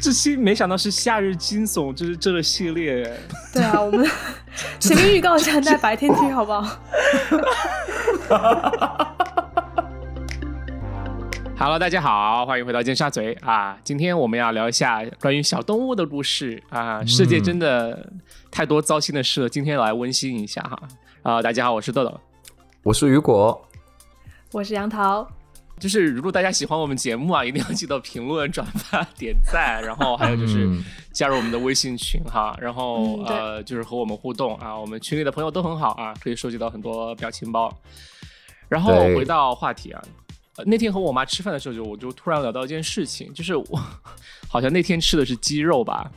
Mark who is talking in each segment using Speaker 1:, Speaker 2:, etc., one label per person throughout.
Speaker 1: 这期没想到是夏日惊悚，就是这个系列。
Speaker 2: 对啊，我们 前面预告一下，在白天听好不好？
Speaker 1: Hello，大家好，欢迎回到尖沙咀啊！今天我们要聊一下关于小动物的故事啊！世界真的太多糟心的事了，今天来温馨一下哈。啊，大家好，我是豆豆。
Speaker 3: 我是雨果，
Speaker 2: 我是杨桃，
Speaker 1: 就是如果大家喜欢我们节目啊，一定要记得评论、转发、点赞，然后还有就是
Speaker 3: 嗯
Speaker 1: 加入我们的微信群哈，然后、
Speaker 2: 嗯对
Speaker 1: 呃就是和我们互动啊，我们群里的朋友都很好啊，可以收集到很多表情包。然后
Speaker 3: 对
Speaker 1: 回到话题啊，呃那天和我妈吃饭的时候就我就突然聊到一件事情，就是我 好像那天吃的是鸡肉吧，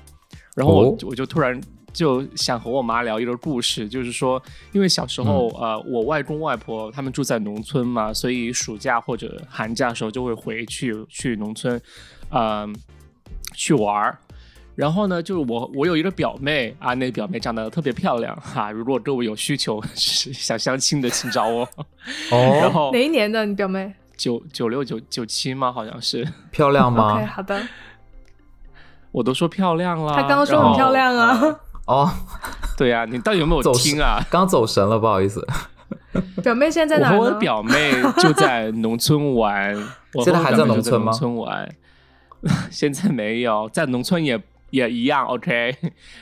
Speaker 1: 然后我、
Speaker 3: 哦
Speaker 1: 我就突然就想和我妈聊一个故事，就是说，因为小时候、
Speaker 3: 嗯
Speaker 1: 呃，我外公外婆他们住在农村嘛，所以暑假或者寒假的时候就会回去去农村，嗯、去玩儿。然后呢，就是我我有一个表妹啊，那表妹长得特别漂亮哈、如果各位有需求 是想相亲的，请找我。然
Speaker 3: 哦，
Speaker 1: 后
Speaker 2: 哪一年的你表妹
Speaker 1: 九九六九九七吗？好像是，
Speaker 3: 漂亮
Speaker 2: ？OK，
Speaker 3: 吗？
Speaker 2: 好的。
Speaker 1: 我都说漂亮了。
Speaker 2: 她刚刚说很漂亮
Speaker 1: 然后。
Speaker 2: 啊，
Speaker 3: 哦，
Speaker 1: 对啊，你到底有没有
Speaker 3: 走
Speaker 1: 听啊？
Speaker 3: 刚走神了，不好意思，
Speaker 2: 表妹现在在哪
Speaker 1: 我
Speaker 2: 儿
Speaker 1: 和我的
Speaker 2: 呢？
Speaker 1: 表妹就在农村 玩，我和我
Speaker 3: 现在还
Speaker 1: 表
Speaker 3: 在
Speaker 1: 妹
Speaker 3: 农
Speaker 1: 就
Speaker 3: 村吗
Speaker 1: 农村玩， 现在没有，在农村也也一样，OK。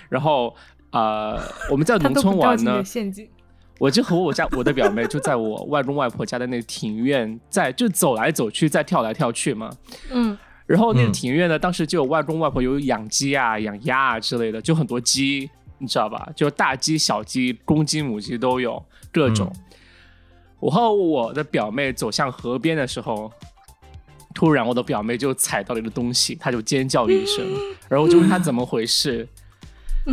Speaker 1: 然 后呃，我们在
Speaker 2: 她
Speaker 1: 农
Speaker 2: 都不
Speaker 1: 村
Speaker 2: 掉
Speaker 1: 玩
Speaker 2: 进你
Speaker 1: 呢
Speaker 2: 的，陷阱。
Speaker 1: 我就和我家我的表妹就在我外公外婆家的那庭院，在就走来走去，在跳来跳去嘛。
Speaker 2: 嗯，
Speaker 1: 然后那个
Speaker 3: 嗯
Speaker 1: 庭院呢，当时就有外公外婆有养鸡啊、养鸭啊之类的，就很多鸡，你知道吧？就大鸡、小鸡、公鸡、母鸡都有各种。我和我的表妹走向河边的时候，突然我的表妹就踩到了一个东西，她就尖叫一声，然后我就问她怎么回事，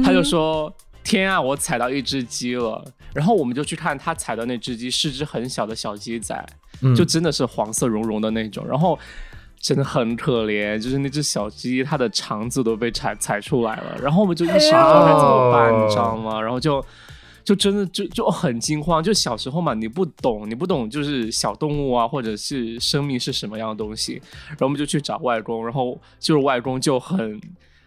Speaker 1: 她就说：“天啊，我踩到一只鸡了。”然后我们就去看她踩到那只鸡是只很小的小鸡仔，
Speaker 3: 嗯
Speaker 1: 就真的是黄色茸茸的那种，然后真的很可怜，就是那只小鸡它的肠子都被踩踩出来了，然后我们就意
Speaker 2: 哎
Speaker 1: 识不到该怎么办，
Speaker 3: 哎呦
Speaker 1: 你知道吗？然后就就真的就就很惊慌，就小时候嘛，你不懂，你不懂就是小动物啊，或者是生命是什么样的东西，然后我们就去找外公，然后就是外公就很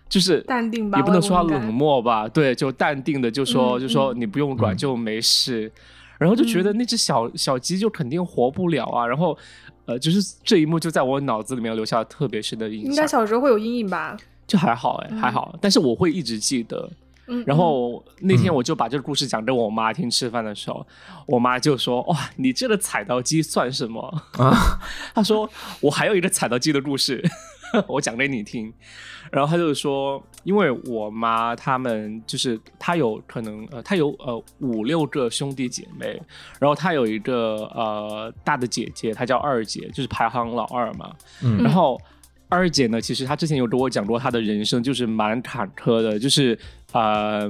Speaker 1: 就是
Speaker 2: 淡定吧，
Speaker 1: 也不能
Speaker 2: 外
Speaker 1: 说他
Speaker 2: 公应该
Speaker 1: 冷。漠吧，对，就淡定的就说、
Speaker 2: 嗯
Speaker 1: 就说你不用管
Speaker 3: 嗯
Speaker 1: 就没事，然后就觉得那只小小鸡就肯定活不了啊，然后呃，就是这一幕就在我脑子里面留下特别深的印
Speaker 2: 应该
Speaker 1: 象，
Speaker 2: 小时候会有阴影吧？
Speaker 1: 就还好哎、
Speaker 2: 嗯
Speaker 1: 还好，但是我会一直记得。
Speaker 2: 嗯，
Speaker 1: 然后那天
Speaker 3: 嗯
Speaker 1: 我就把这个故事讲给我妈听，吃饭的时候，我妈就说：“哇，你这个踩到鸡算什么？”
Speaker 3: 啊，
Speaker 1: 他说：“我还有一个踩到鸡的故事， 我讲给你听。”然后他就说：“因为我妈他们就是她有可能呃，她有呃五六个兄弟姐妹，然后她有一个呃大的姐姐，她叫二姐，就是排行老二嘛。
Speaker 3: 嗯
Speaker 1: 然后二姐呢，其实她之前有跟我讲过，她的人生就是蛮坎坷的，就是呃，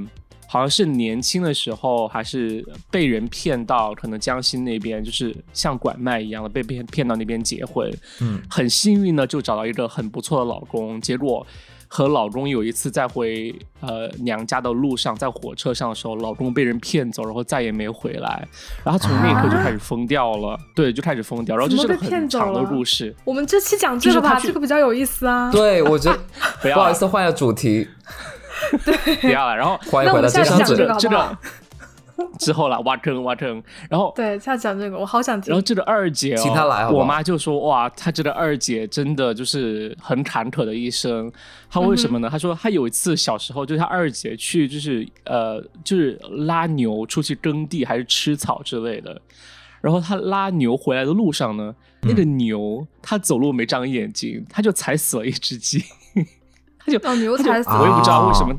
Speaker 1: 好像是年轻的时候还是被人骗到，可能江西那边就是像拐卖一样的被骗骗到那边结婚，
Speaker 3: 嗯
Speaker 1: 很幸运呢，就找到一个很不错的老公，结果。和老公有一次在回呃娘家的路上，在火车上的时候，老公被人骗走，然后再也没回来。然后她从那一刻就开始疯掉了，对，就开始疯掉。然后这是
Speaker 2: 怎么
Speaker 1: 个
Speaker 2: 被骗
Speaker 1: 很
Speaker 2: 走
Speaker 1: 长的
Speaker 2: 了
Speaker 1: 故事，
Speaker 2: 我们这期讲这个
Speaker 1: 就是
Speaker 2: 吧，
Speaker 1: 他去
Speaker 2: 这个比较有意思啊。
Speaker 3: 对，我觉得
Speaker 1: 不要啊
Speaker 3: 不好意思，换下主题，
Speaker 1: 不要了。然后
Speaker 3: 欢迎回到
Speaker 2: 那我们下
Speaker 3: 尖
Speaker 2: 次
Speaker 3: 沙
Speaker 1: 讲
Speaker 2: 这
Speaker 3: 咀
Speaker 1: 这。
Speaker 2: 个
Speaker 1: 个这
Speaker 2: 好不
Speaker 1: 个之后了，挖坑挖坑。然后
Speaker 2: 对，下次讲这个，我好想听
Speaker 1: 然后。这个二姐、哦，
Speaker 3: 请她来好不好
Speaker 1: 我妈就说哇，她这个二姐真的就是很坎坷的一生。她为什么呢？她说她有一次小时候，就是她二姐去就是呃就是拉牛出去耕地还是吃草之类的。然后她拉牛回来的路上呢，那个牛它走路没长眼睛，它就踩死了一只鸡。
Speaker 2: 哦，牛才死
Speaker 3: 啊
Speaker 1: 我也
Speaker 2: 了，
Speaker 1: 不知道为什么，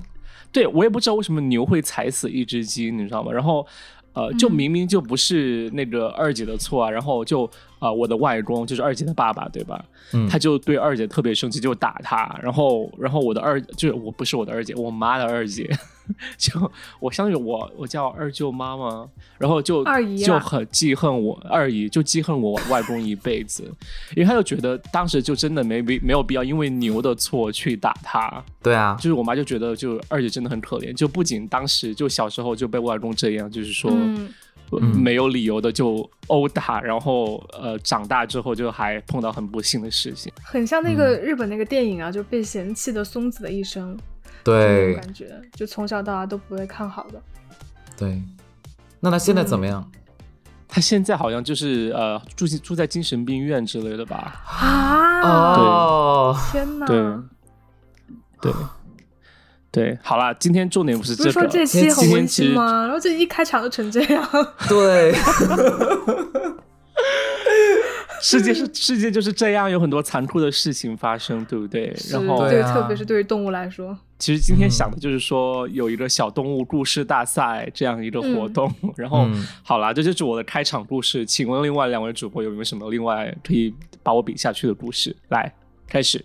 Speaker 1: 对我也不知道为什么牛会踩死一只鸡，你知道吗？然后，呃，就
Speaker 2: 嗯
Speaker 1: 明明就不是那个二姐的错啊，然后就呃，我的外公就是二姐的爸爸，对吧？
Speaker 3: 嗯
Speaker 1: 他就对二姐特别生气，就打她。然后，然后我的二就是我不是我的二姐，我妈的二姐， 就我相当于我我叫二舅妈嘛，然后就
Speaker 2: 二姨啊
Speaker 1: 就很记恨我二姨，就记恨我外公一辈子，因为他就觉得当时就真的没必没有必要因为牛的错去打他。
Speaker 3: 对啊
Speaker 1: 就，是我妈就觉得，就二姐真的很可怜，就不仅当时就小时候就被外公这样，就是说，呃
Speaker 2: 嗯，
Speaker 1: 没有理由的就殴打，然后呃，长大之后就还碰到很不幸的事情。
Speaker 2: 很像那
Speaker 1: 嗯
Speaker 2: 个日本那个电影啊，就被嫌弃的松子的一生，就那
Speaker 3: 对
Speaker 2: 种感觉，就从小到大都不会看好的。
Speaker 3: 对。那他现在怎么样？
Speaker 1: 他现在好像就是呃住进住在精神病院之类的吧？
Speaker 2: 啊！
Speaker 3: 哦，
Speaker 2: 天哪！
Speaker 1: 对，对，对，好啦，今天重点不是
Speaker 2: 不
Speaker 1: 这
Speaker 2: 是说
Speaker 1: 个，
Speaker 2: 这期很
Speaker 1: 今
Speaker 2: 温
Speaker 1: 天其
Speaker 2: 馨
Speaker 1: 实
Speaker 2: 吗？然后这一开场就成这 样，
Speaker 3: 对，
Speaker 1: 世界是世界就是这样，有很多残酷的事情发生，对不对？然后
Speaker 2: 对，
Speaker 3: 对啊
Speaker 2: 特别是对于动物来说，
Speaker 1: 其实今天想的
Speaker 2: 嗯
Speaker 1: 就是说有一个小动物故事大赛这样一个活动， 然后、
Speaker 3: 嗯
Speaker 1: 好啦，这就是我的开场故事。请问另外两位主播有没有什么另外可以把我比下去的故事？来，开始。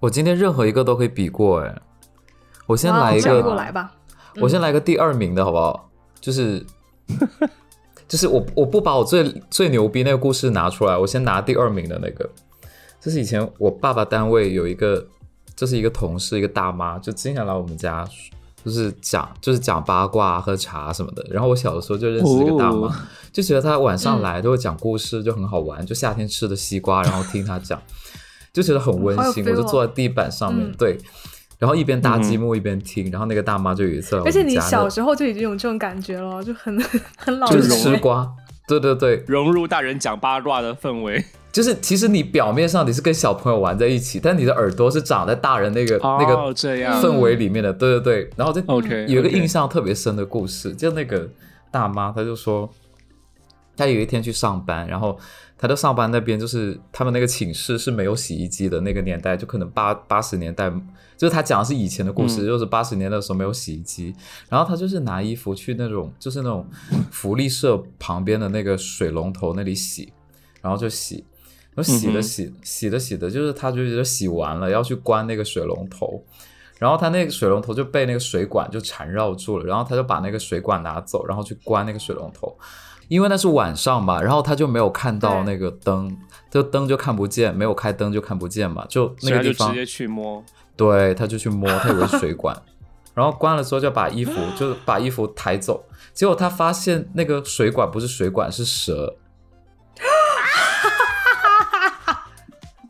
Speaker 3: 我今天任何一个都可以比过哎。我先
Speaker 2: 哇
Speaker 3: 来一
Speaker 2: 转过
Speaker 3: 个，
Speaker 2: 来吧。
Speaker 3: 我
Speaker 2: 嗯
Speaker 3: 先来个第二名的好不好？就是 就是我我不把我最最牛逼那个故事拿出来，我先拿第二名的那个。就是以前我爸爸单位有一个，就是一个同事，一个大妈，就经常来我们家，就是讲就是讲八卦啊、喝茶什么的。然后我小的时候就认识这个大妈，
Speaker 1: 哦
Speaker 3: 就觉得她晚
Speaker 2: 嗯
Speaker 3: 上来都会讲故事，就很好玩。就夏天吃的西瓜，然后听她讲，就觉得很温馨。
Speaker 2: 好有 feel
Speaker 3: 我
Speaker 2: 哦
Speaker 3: 就坐在地板上面，
Speaker 2: 嗯
Speaker 3: 对。然后一边搭积木一边听，然后那个大妈就有一次来我
Speaker 2: 而
Speaker 3: 们
Speaker 2: 且
Speaker 3: 家，
Speaker 2: 你小时候就已经有这种感觉了，就很很老
Speaker 3: 就
Speaker 2: 人
Speaker 3: 是
Speaker 1: 融
Speaker 3: 吃瓜，对对对，
Speaker 1: 融入大人讲八卦的氛围，
Speaker 3: 就是其实你表面上你是跟小朋友玩在一起，但你的耳朵是长在大人那个、 那
Speaker 1: 哦
Speaker 3: 个
Speaker 1: 这样哦
Speaker 3: 氛围里面的，对对对。然后这
Speaker 1: OK，
Speaker 3: 有一个
Speaker 1: OK
Speaker 3: 印象特别深的故事，就那个大妈，她就说，她有一天去上班，然后她就上班那边就是他们那个寝室是没有洗衣机的那个年代，就可能八八十年代，就是她讲的是以前的故
Speaker 1: 嗯
Speaker 3: 事，就是八十年代的时候没有洗衣机，然后她就是拿衣服去那种就是那种福利社旁边的那个水龙头那里洗，然后就洗。然后洗
Speaker 1: 嗯哼
Speaker 3: 着洗洗着洗着，就是她就觉得洗完了要去关那个水龙头，然后他那个水龙头就被那个水管就缠绕住了，然后他就把那个水管拿走，然后去关那个水龙头，因为那是晚上嘛，然后他就没有看到
Speaker 2: 对
Speaker 3: 那个灯，就灯就看不见，没有开灯就看不见嘛，就那
Speaker 1: 所以
Speaker 3: 个
Speaker 1: 他
Speaker 3: 地
Speaker 1: 就直
Speaker 3: 方，
Speaker 1: 接去摸。
Speaker 3: 对，他就去摸，他以为是水管， 然后关了之后就把衣服就把衣服抬走，结果他发现那个水管不是水管是蛇，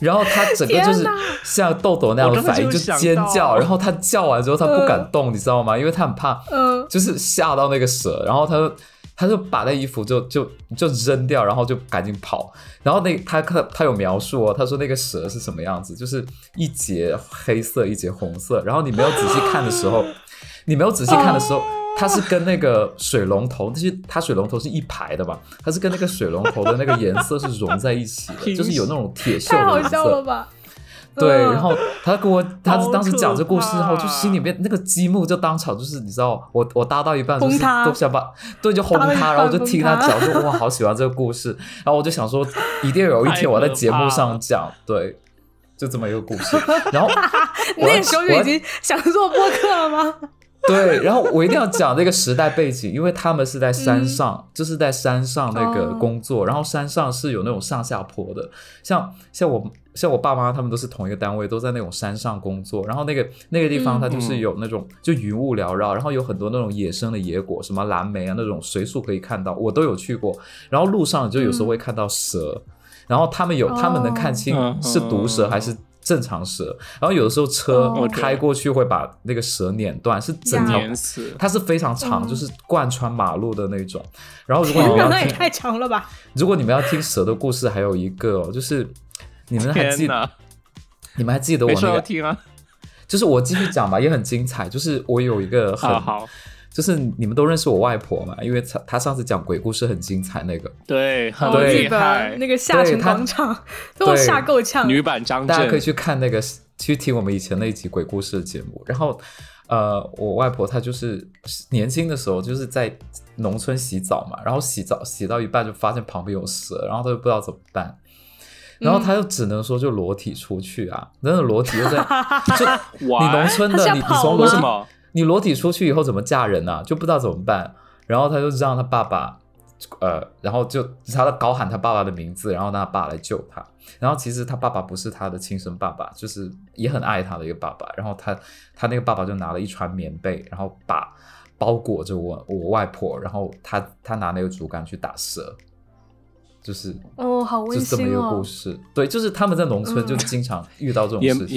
Speaker 3: 然后他整个就是
Speaker 2: 天哪
Speaker 3: 像豆豆那样的反应，
Speaker 1: 我刚才
Speaker 3: 就
Speaker 1: 就想到
Speaker 3: 尖叫，然后他叫完之后他不敢动，你知道吗？因为他很怕
Speaker 2: 嗯，
Speaker 3: 就是吓到那个蛇，然后他就他就把那衣服就就就扔掉，然后就赶紧跑。然后那他看他有描述哦，他说那个蛇是什么样子，就是一节黑色，一节红色。然后你没有仔细看的时候， 你没有仔细看的时候，它是跟那个水龙头，其实它水龙头是一排的嘛，它是跟那个水龙头的那个颜色是融在一起 的，
Speaker 1: 平时
Speaker 3: 就是有那种铁锈
Speaker 2: 太
Speaker 3: 的
Speaker 2: 好
Speaker 3: 颜
Speaker 2: 笑了
Speaker 3: 色。
Speaker 2: 吧？
Speaker 3: 对，
Speaker 2: 嗯
Speaker 3: 然后他跟我，他
Speaker 1: 好
Speaker 3: 当时
Speaker 1: 可
Speaker 3: 讲这故事，
Speaker 1: 怕
Speaker 3: 然后我就心里面那个积木就当场就是你知道，我我搭到一半就是
Speaker 2: 轰他
Speaker 3: 都想把，对，就轰
Speaker 2: 搭到一
Speaker 3: 他，
Speaker 2: 半
Speaker 3: 然后我就听他
Speaker 2: 轰
Speaker 3: 讲，
Speaker 2: 他
Speaker 3: 说哇，好喜欢这个故事，然后我就想说，一定有一天我在节目上讲，对，就这么一个故事，然后
Speaker 2: 你那个时候就已经想做播客了吗？
Speaker 3: 对，然后我一定要讲这个时代背景，因为他们是在山上，就是在山上那个
Speaker 2: 嗯哦
Speaker 3: 工作，然后山上是有那种上下坡的，像像我像我爸妈他们都是同一个单位，都在那种山上工作，然后那个那个地
Speaker 2: 嗯
Speaker 3: 方它就是有那种、就云雾缭绕，然后有很多那种野生的野果，什么蓝莓啊那种随处可以看到，我都有去过，然后路上就有
Speaker 2: 嗯
Speaker 3: 时候会看到蛇。然后他们有，他们能看清
Speaker 1: 哦
Speaker 3: 是毒蛇还是正常蛇。然后有的时候车
Speaker 2: 哦
Speaker 3: 开过去会把那个蛇碾断，是整条，
Speaker 1: 碾死，
Speaker 3: 它是非常长，
Speaker 2: 嗯
Speaker 3: 就是贯穿马路的那种。然后如果你
Speaker 2: 天
Speaker 3: 们
Speaker 2: 哪，
Speaker 3: 要
Speaker 2: 那也
Speaker 3: 听，
Speaker 2: 太长了吧？
Speaker 3: 如果你们要听蛇的故事，还有一个哦，就是你们还
Speaker 1: 天
Speaker 3: 记，
Speaker 1: 哪！
Speaker 3: 你们还记得
Speaker 1: 啊
Speaker 3: 我
Speaker 1: 没说
Speaker 3: 那
Speaker 1: 要
Speaker 3: 个，
Speaker 1: 听啊。
Speaker 3: 就是我继续讲吧，也很精彩。就是我有一个很
Speaker 1: 啊，好，
Speaker 3: 就是你们都认识我外婆嘛，因为她她上次讲鬼故事很精彩那个，
Speaker 1: 对，很
Speaker 2: 我
Speaker 3: 对
Speaker 2: 记
Speaker 1: 厉
Speaker 2: 得
Speaker 1: 害。
Speaker 2: 那个下
Speaker 3: 对
Speaker 2: 沉
Speaker 3: 他
Speaker 2: 广场 都
Speaker 3: 对
Speaker 2: 吓够呛。
Speaker 1: 女版张
Speaker 3: 大家可
Speaker 1: 震，
Speaker 3: 以去看那个，去听我们以前那一集鬼故事的节目。然后，呃，我外婆她就是年轻的时候就是在农村洗澡嘛，然后洗澡洗到一半就发现旁边有蛇，然后她就不知道怎么办。然后她就只能说就裸体出去啊，真的裸体又在就你
Speaker 1: 哇
Speaker 3: 农村
Speaker 2: 嗯她是
Speaker 3: 的
Speaker 2: 要
Speaker 3: 你你
Speaker 2: 跑
Speaker 3: 从
Speaker 1: 为
Speaker 2: 吗
Speaker 3: 裸
Speaker 1: 什
Speaker 3: 体
Speaker 1: 么？
Speaker 3: 你裸体出去以后怎么嫁人啊？就不知道怎么办。然后他就让他爸爸，呃，然后就他高喊他爸爸的名字，然后让他爸来救他。然后其实他爸爸不是他的亲生爸爸，就是也很爱他的一个爸爸。然后他他那个爸爸就拿了一床棉被，然后把包裹着我我外婆，然后她她拿那个竹竿去打蛇，就是
Speaker 2: 哦，好温
Speaker 3: 就这么一
Speaker 2: 馨
Speaker 3: 个
Speaker 2: 哦
Speaker 3: 故，事。对，就是他们在农村
Speaker 2: 嗯
Speaker 3: 就经常遇到这种
Speaker 1: 也
Speaker 3: 事情，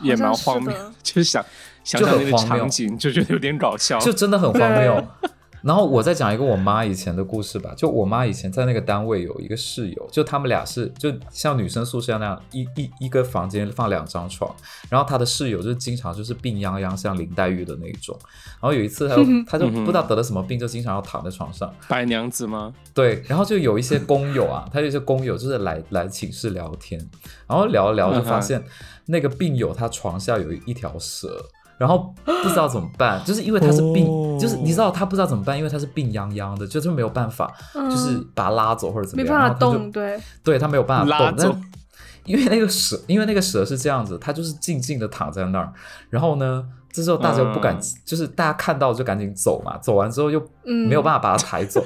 Speaker 1: 也也蛮
Speaker 2: 好像是
Speaker 1: 荒谬
Speaker 2: 的，
Speaker 1: 就是想想
Speaker 3: 就
Speaker 1: 想
Speaker 3: 很
Speaker 1: 那个
Speaker 3: 荒谬
Speaker 1: 场景，就觉得有点搞笑。
Speaker 3: 就真的很荒谬
Speaker 2: 对。
Speaker 3: 然后我再讲一个我妈以前的故事吧，就我妈以前在那个单位有一个室友，就他们俩是就像女生宿舍那样，一一一个房间放两张床，然后她的室友就经常就是病殃殃，像林黛玉的那一种。然后有一次她就她就不知道得了什么病，就经常要躺在床上，
Speaker 1: 白娘子吗？
Speaker 3: 对，然后就有一些工友啊，他有一些工友就是来来寝室聊天，然后聊着聊就发现那个病友他床下有一条蛇，然后不知道怎么办，就是因为他是病，就是你知道他不知道怎么办，因为他是病殃殃的，就是没有办法，
Speaker 2: 嗯
Speaker 3: 就是把他拉走或者怎么
Speaker 2: 没
Speaker 3: 样，
Speaker 2: 办
Speaker 3: 然
Speaker 2: 法
Speaker 3: 后他就
Speaker 2: 动，对，
Speaker 3: 对他没有办法
Speaker 1: 拉
Speaker 3: 动，但
Speaker 1: 走
Speaker 3: 因为那个蛇，因为那个蛇是这样子，它就是静静的躺在那儿，然后呢，这时候大家又不敢，
Speaker 1: 嗯
Speaker 3: 就是大家看到就赶紧走嘛，走完之后又
Speaker 2: 嗯
Speaker 3: 没有办法把它抬走，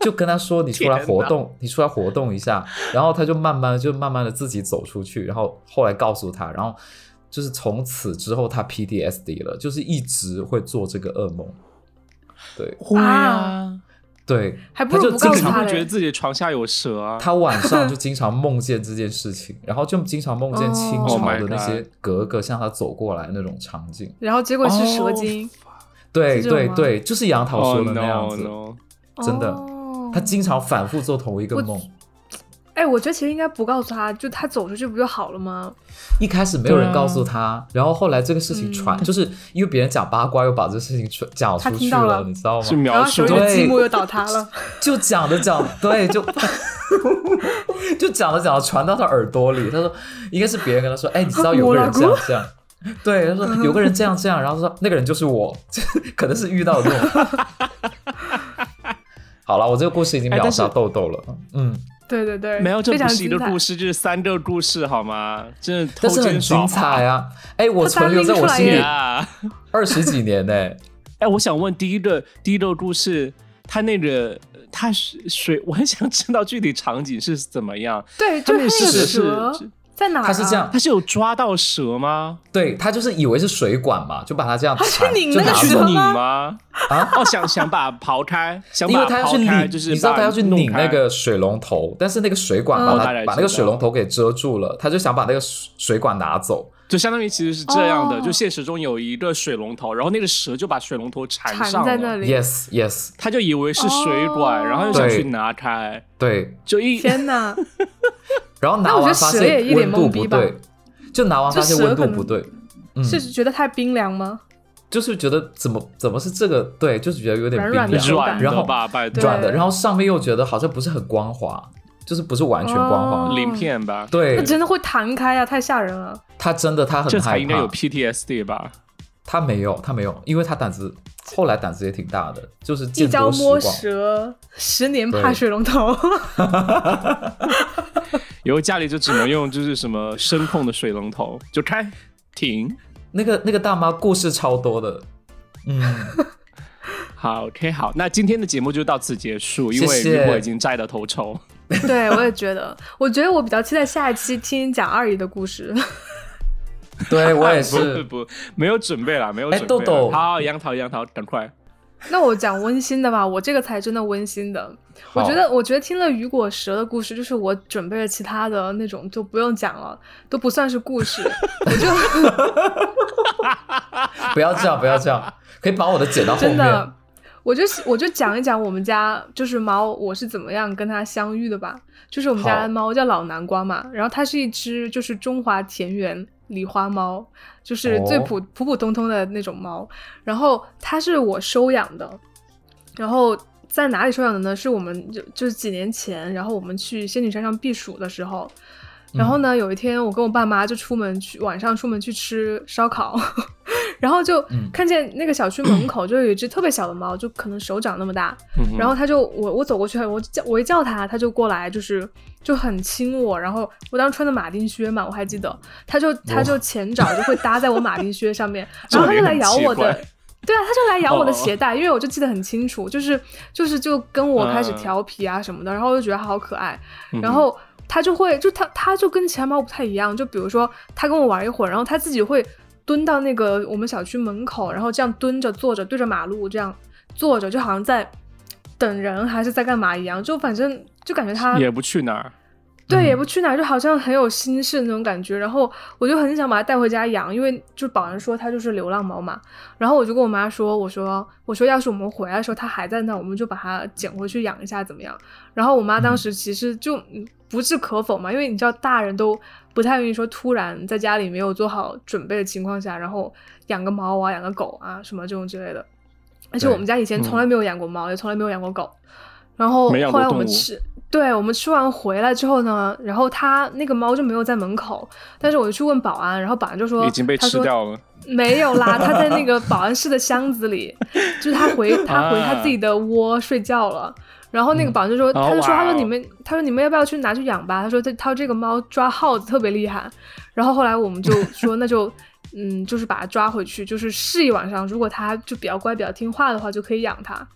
Speaker 3: 就跟他说你出来活动，你出来活动一下，然后他就慢慢的就慢慢的自己走出去，然后后来告诉他，然后就是从此之后他 PTSD 了，就是一直会做这个噩梦，对
Speaker 1: 会
Speaker 2: 啊，
Speaker 3: 对，
Speaker 2: 还不如
Speaker 3: 他
Speaker 2: 不
Speaker 3: 就
Speaker 1: 经
Speaker 2: 告诉
Speaker 3: 正
Speaker 1: 常
Speaker 2: 他
Speaker 1: 会觉得
Speaker 2: 嘞。
Speaker 1: 自己的床下有蛇啊。
Speaker 3: 他晚上就经常梦见这件事情，然后就经常梦见清朝
Speaker 1: Oh my
Speaker 3: 的那些
Speaker 1: God
Speaker 3: 格格向他走过来那种场景。
Speaker 2: 然后结果是蛇
Speaker 1: 哦
Speaker 2: 精，是
Speaker 3: 对
Speaker 2: 这种
Speaker 3: 对
Speaker 2: 吗
Speaker 3: 对，就是杨桃说
Speaker 1: Oh
Speaker 3: 的那样
Speaker 1: no
Speaker 3: 子，
Speaker 1: no！
Speaker 3: 真的
Speaker 2: 哦
Speaker 3: 他经常反复做同一个
Speaker 2: 我
Speaker 3: 梦。
Speaker 2: 哎，我觉得其实应该不告诉他，就他走出去不就好了吗？
Speaker 3: 一开始没有
Speaker 1: 对
Speaker 3: 人
Speaker 1: 啊
Speaker 3: 告诉他，然后后来这个事情传，就是因为别人讲八卦，又把这事情传讲
Speaker 2: 嗯他
Speaker 3: 出去
Speaker 2: 听到了
Speaker 3: 你知道
Speaker 1: 是
Speaker 3: 吗？
Speaker 2: 然
Speaker 1: 描
Speaker 2: 后
Speaker 1: 述
Speaker 2: 手里
Speaker 3: 对
Speaker 2: 的积木又倒塌了，
Speaker 3: 就讲着讲，对， 就就讲着讲着传到他耳朵里。他说，应该是别人跟他说，哎，你知道有个人这样这样。对，他
Speaker 2: 嗯
Speaker 3: 说有个人这样这样，然后说那个人就是我， 就可能是遇到这种。 好了，我这个故事已经
Speaker 1: 哎
Speaker 3: 秒
Speaker 1: 但是
Speaker 3: 杀豆豆了。
Speaker 2: 哎
Speaker 3: 嗯，
Speaker 2: 对 对对，
Speaker 1: 没有，这
Speaker 2: 非
Speaker 1: 不
Speaker 2: 常
Speaker 1: 是一
Speaker 2: 精
Speaker 1: 个
Speaker 2: 彩
Speaker 1: 故。事，这是三个故事好吗？真的偷
Speaker 3: 但是很
Speaker 1: 奸
Speaker 3: 精
Speaker 1: 耍
Speaker 3: 彩啊！哎，我
Speaker 2: 他单
Speaker 3: 存留在我
Speaker 2: 拎出来
Speaker 3: 心里
Speaker 2: 耶
Speaker 1: 呀！
Speaker 3: 二十几年呢、
Speaker 1: 哎，我想问第一个第一个故事，它那个它是水，我很想知道具体场景是怎么样。
Speaker 2: 对，
Speaker 1: 他
Speaker 2: 就
Speaker 1: 那个
Speaker 2: 那个
Speaker 1: 是
Speaker 2: 蛇
Speaker 1: 是
Speaker 2: 在哪儿啊？
Speaker 3: 他是这样，
Speaker 1: 它是有抓到蛇吗？
Speaker 3: 对他就是以为是水管嘛，就把它这样
Speaker 2: 去
Speaker 3: 缠，
Speaker 2: 拧
Speaker 3: 就
Speaker 2: 那个
Speaker 3: 拿
Speaker 1: 它
Speaker 2: 水
Speaker 1: 是
Speaker 2: 蛇
Speaker 3: 走
Speaker 1: 拧
Speaker 2: 吗
Speaker 1: 吗？
Speaker 3: 啊，
Speaker 1: 哦，想想把刨开，想
Speaker 3: 因为
Speaker 1: 把
Speaker 3: 他要去
Speaker 1: 刨开，
Speaker 3: 拧，
Speaker 1: 就是
Speaker 3: 你知道
Speaker 1: 把
Speaker 3: 他要去
Speaker 1: 弄
Speaker 3: 拧
Speaker 1: 开
Speaker 3: 那个水龙头，但是那个水管
Speaker 2: 嗯
Speaker 3: 把
Speaker 1: 哦
Speaker 3: 它、
Speaker 1: 大概
Speaker 3: 把那个
Speaker 1: 知道
Speaker 3: 水龙头给遮住了，他就想把那个水水管拿走。
Speaker 1: 就相当于其实是这样的，
Speaker 2: 哦
Speaker 1: 就现实中有一个水龙头，然后那个蛇就把水龙头缠上
Speaker 2: 缠在那
Speaker 1: 了，
Speaker 2: 里？
Speaker 3: Yes, yes，
Speaker 1: 他就以为是水管，
Speaker 2: 哦
Speaker 1: 然后又想
Speaker 3: 对
Speaker 1: 去拿开，
Speaker 3: 对。
Speaker 1: 就一
Speaker 2: 天哪！
Speaker 3: 然后拿
Speaker 2: 那我觉
Speaker 3: 完
Speaker 2: 得
Speaker 3: 发
Speaker 2: 蛇也
Speaker 3: 现
Speaker 2: 一脸
Speaker 3: 温度
Speaker 2: 懵逼
Speaker 3: 不
Speaker 2: 吧
Speaker 3: 对，就拿完
Speaker 2: 就
Speaker 3: 发现
Speaker 2: 蛇
Speaker 3: 温度
Speaker 2: 可能
Speaker 3: 不对，嗯，
Speaker 2: 是觉得太冰凉吗？
Speaker 3: 就是觉得怎么怎么是这个对，就是觉得有点
Speaker 2: 软软
Speaker 3: 冰凉
Speaker 2: 的手
Speaker 1: 软
Speaker 2: 感
Speaker 1: 的
Speaker 3: 然后
Speaker 1: 吧，拜托
Speaker 2: 对
Speaker 3: 软的，然后上面又觉得好像不是很光滑，就是不是完全光滑。
Speaker 2: 哦
Speaker 1: 鳞片吧，
Speaker 2: 那
Speaker 3: 对，
Speaker 2: 真的会弹开呀、太吓人了。
Speaker 3: 他真的他很
Speaker 1: 这
Speaker 3: 害怕，
Speaker 1: 才应该有 PTSD 吧？
Speaker 3: 他没有，他没有，因为他胆子后来胆子也挺大的，就是
Speaker 2: 一
Speaker 3: 见
Speaker 2: 朝
Speaker 3: 多识
Speaker 2: 摸
Speaker 3: 广。
Speaker 2: 蛇，十年
Speaker 3: 对
Speaker 2: 怕水龙头。
Speaker 1: 以后家里就只能用就是什么声控的水龙头，就开停。
Speaker 3: 那个那个大妈故事超多的，嗯，
Speaker 1: 好，OK，好，那今天的节目就到此结束，因为
Speaker 3: 谢谢
Speaker 1: 雨果已经摘到头筹。
Speaker 2: 对，我也觉得，我觉得我比较期待下一期听讲二姨的故事。
Speaker 3: 对我也
Speaker 1: 不
Speaker 3: 是。
Speaker 1: 不不，没有准备了，没有
Speaker 3: 哎
Speaker 1: 准备了。
Speaker 3: 豆豆
Speaker 1: 好，杨桃，杨桃，赶快。
Speaker 2: 那我讲温馨的吧，我这个才真的温馨的。我觉得，我觉得听了雨果蛇的故事，就是我准备了其他的那种，就不用讲了，都不算是故事。
Speaker 3: 好 不要这样，不要这样，可以把我的剪到后
Speaker 2: 真的
Speaker 3: 面。，
Speaker 2: 我就我就讲一讲我们家就是猫，我是怎么样跟它相遇的吧。就是我们家
Speaker 3: 好
Speaker 2: 的猫叫老南瓜嘛，然后它是一只就是中华田园狸花猫，就是最
Speaker 3: 哦
Speaker 2: 普、普普通通的那种猫。然后它是我收养的，然后在哪里收养的呢？是我们就就是几年前，然后我们去仙女山上避暑的时候，然后
Speaker 3: 嗯
Speaker 2: 呢，有一天我跟我爸妈就出门去，晚上出门去吃烧烤，然后就
Speaker 3: 嗯
Speaker 2: 看见那个小区门口就有一只特别小的猫，就可能手掌那么大，
Speaker 1: 嗯哼
Speaker 2: 然后它就我我走过去，我叫我一叫它，它就过来，就是就很亲我，然后我当时穿的马丁靴嘛，我还记得，它就它就前爪就会搭在我马丁靴上面， 然后它就来咬我
Speaker 1: 这个也很
Speaker 2: 的
Speaker 1: 奇。
Speaker 2: 对啊，它就来咬我的
Speaker 1: 哦
Speaker 2: 鞋带，因为我就记得很清楚，就是就是就跟我开始
Speaker 1: 嗯
Speaker 2: 调皮啊什么的，然后我就觉得它好可爱，
Speaker 1: 嗯哼
Speaker 2: 然后它就会，就它它就跟其他猫不太一样，就比如说它跟我玩一会儿，然后它自己会蹲到那个我们小区门口，然后这样蹲着坐着对着马路这样坐着，就好像在等人还是在干嘛一样，就反正就感觉他
Speaker 1: 也不去哪儿。
Speaker 2: 对，也不去哪儿，就好像很有心事那种感觉。然后我就很想把它带回家养，因为就保安说它就是流浪猫嘛。然后我就跟我妈说：“我说，我说，要是我们回来的时候它还在那，我们就把它捡回去养一下，怎么样？”然后我妈当时其实就嗯不置可否嘛，因为你知道大人都不太愿意说突然在家里没有做好准备的情况下，然后养个猫啊、养个狗啊什么这种之类的。而且
Speaker 3: 对
Speaker 2: 我们家以前从来没有养过猫，也从来没有养过狗。然后
Speaker 1: 没养
Speaker 2: 后
Speaker 1: 过
Speaker 2: 来我们
Speaker 1: 动物
Speaker 2: 吃，对我们吃完回来之后呢，然后它那个猫就没有在门口，但是我就去问保安，然后保安就说
Speaker 1: 已经被
Speaker 2: 他
Speaker 1: 吃
Speaker 2: 说
Speaker 1: 掉了。
Speaker 2: 没有 啦，它在那个保安室的箱子里，就是它 回它回它
Speaker 1: 啊
Speaker 2: 自己的窝睡觉了。然后那个保安就说，他就说，
Speaker 1: 哦哇
Speaker 2: 他说
Speaker 1: 哦
Speaker 2: 你们，他说你们要不要去拿去养吧？他说他他说这个猫抓耗子特别厉害。然后后来我们就说那就。嗯， 就是把它抓回去，就是试一晚上。如果它就比较乖、比较听话的话，就可以养它。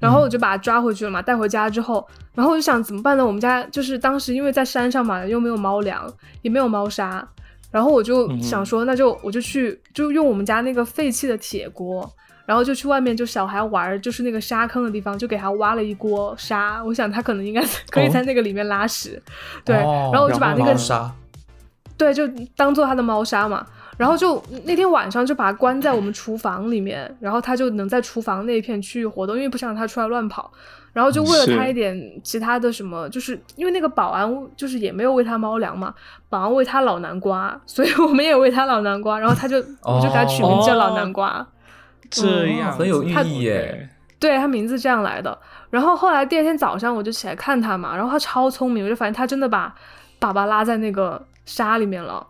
Speaker 2: 然后我就把它抓回去了嘛，带回家之后，然后我就想怎么办呢？我们家就是当时因为在山上嘛，又没有猫粮，也没有猫砂，然后我就
Speaker 1: 嗯哼
Speaker 2: 想说，那就我就去就用我们家那个废弃的铁锅，然后就去外面就小孩玩儿，就是那个沙坑的地方，就给他挖了一锅沙。我想他可能应该 可以在那个里面拉屎，对，
Speaker 3: 哦
Speaker 2: 然后我就把那
Speaker 1: 哦然后
Speaker 2: 个
Speaker 1: 呢
Speaker 3: 沙，
Speaker 2: 对，就当做他的猫砂嘛。然后就那天晚上就把它关在我们厨房里面，然后它就能在厨房那一片区域活动，因为不想让它出来乱跑。然后就喂了它
Speaker 1: 是
Speaker 2: 一点其他的什么，就是因为那个保安就是也没有喂它猫粮嘛，保安喂它老南瓜， 所以我们也喂它老南瓜，然后它就我就给它取名叫老南瓜。
Speaker 1: 这
Speaker 2: 嗯
Speaker 1: 样、
Speaker 3: 很有寓
Speaker 1: 嗯他
Speaker 3: 意耶。
Speaker 2: 对，它名字这样来的。然后后来第二天早上我就起来看它嘛，然后它超聪明，我就发现它真的把粑粑拉在那个沙里面了，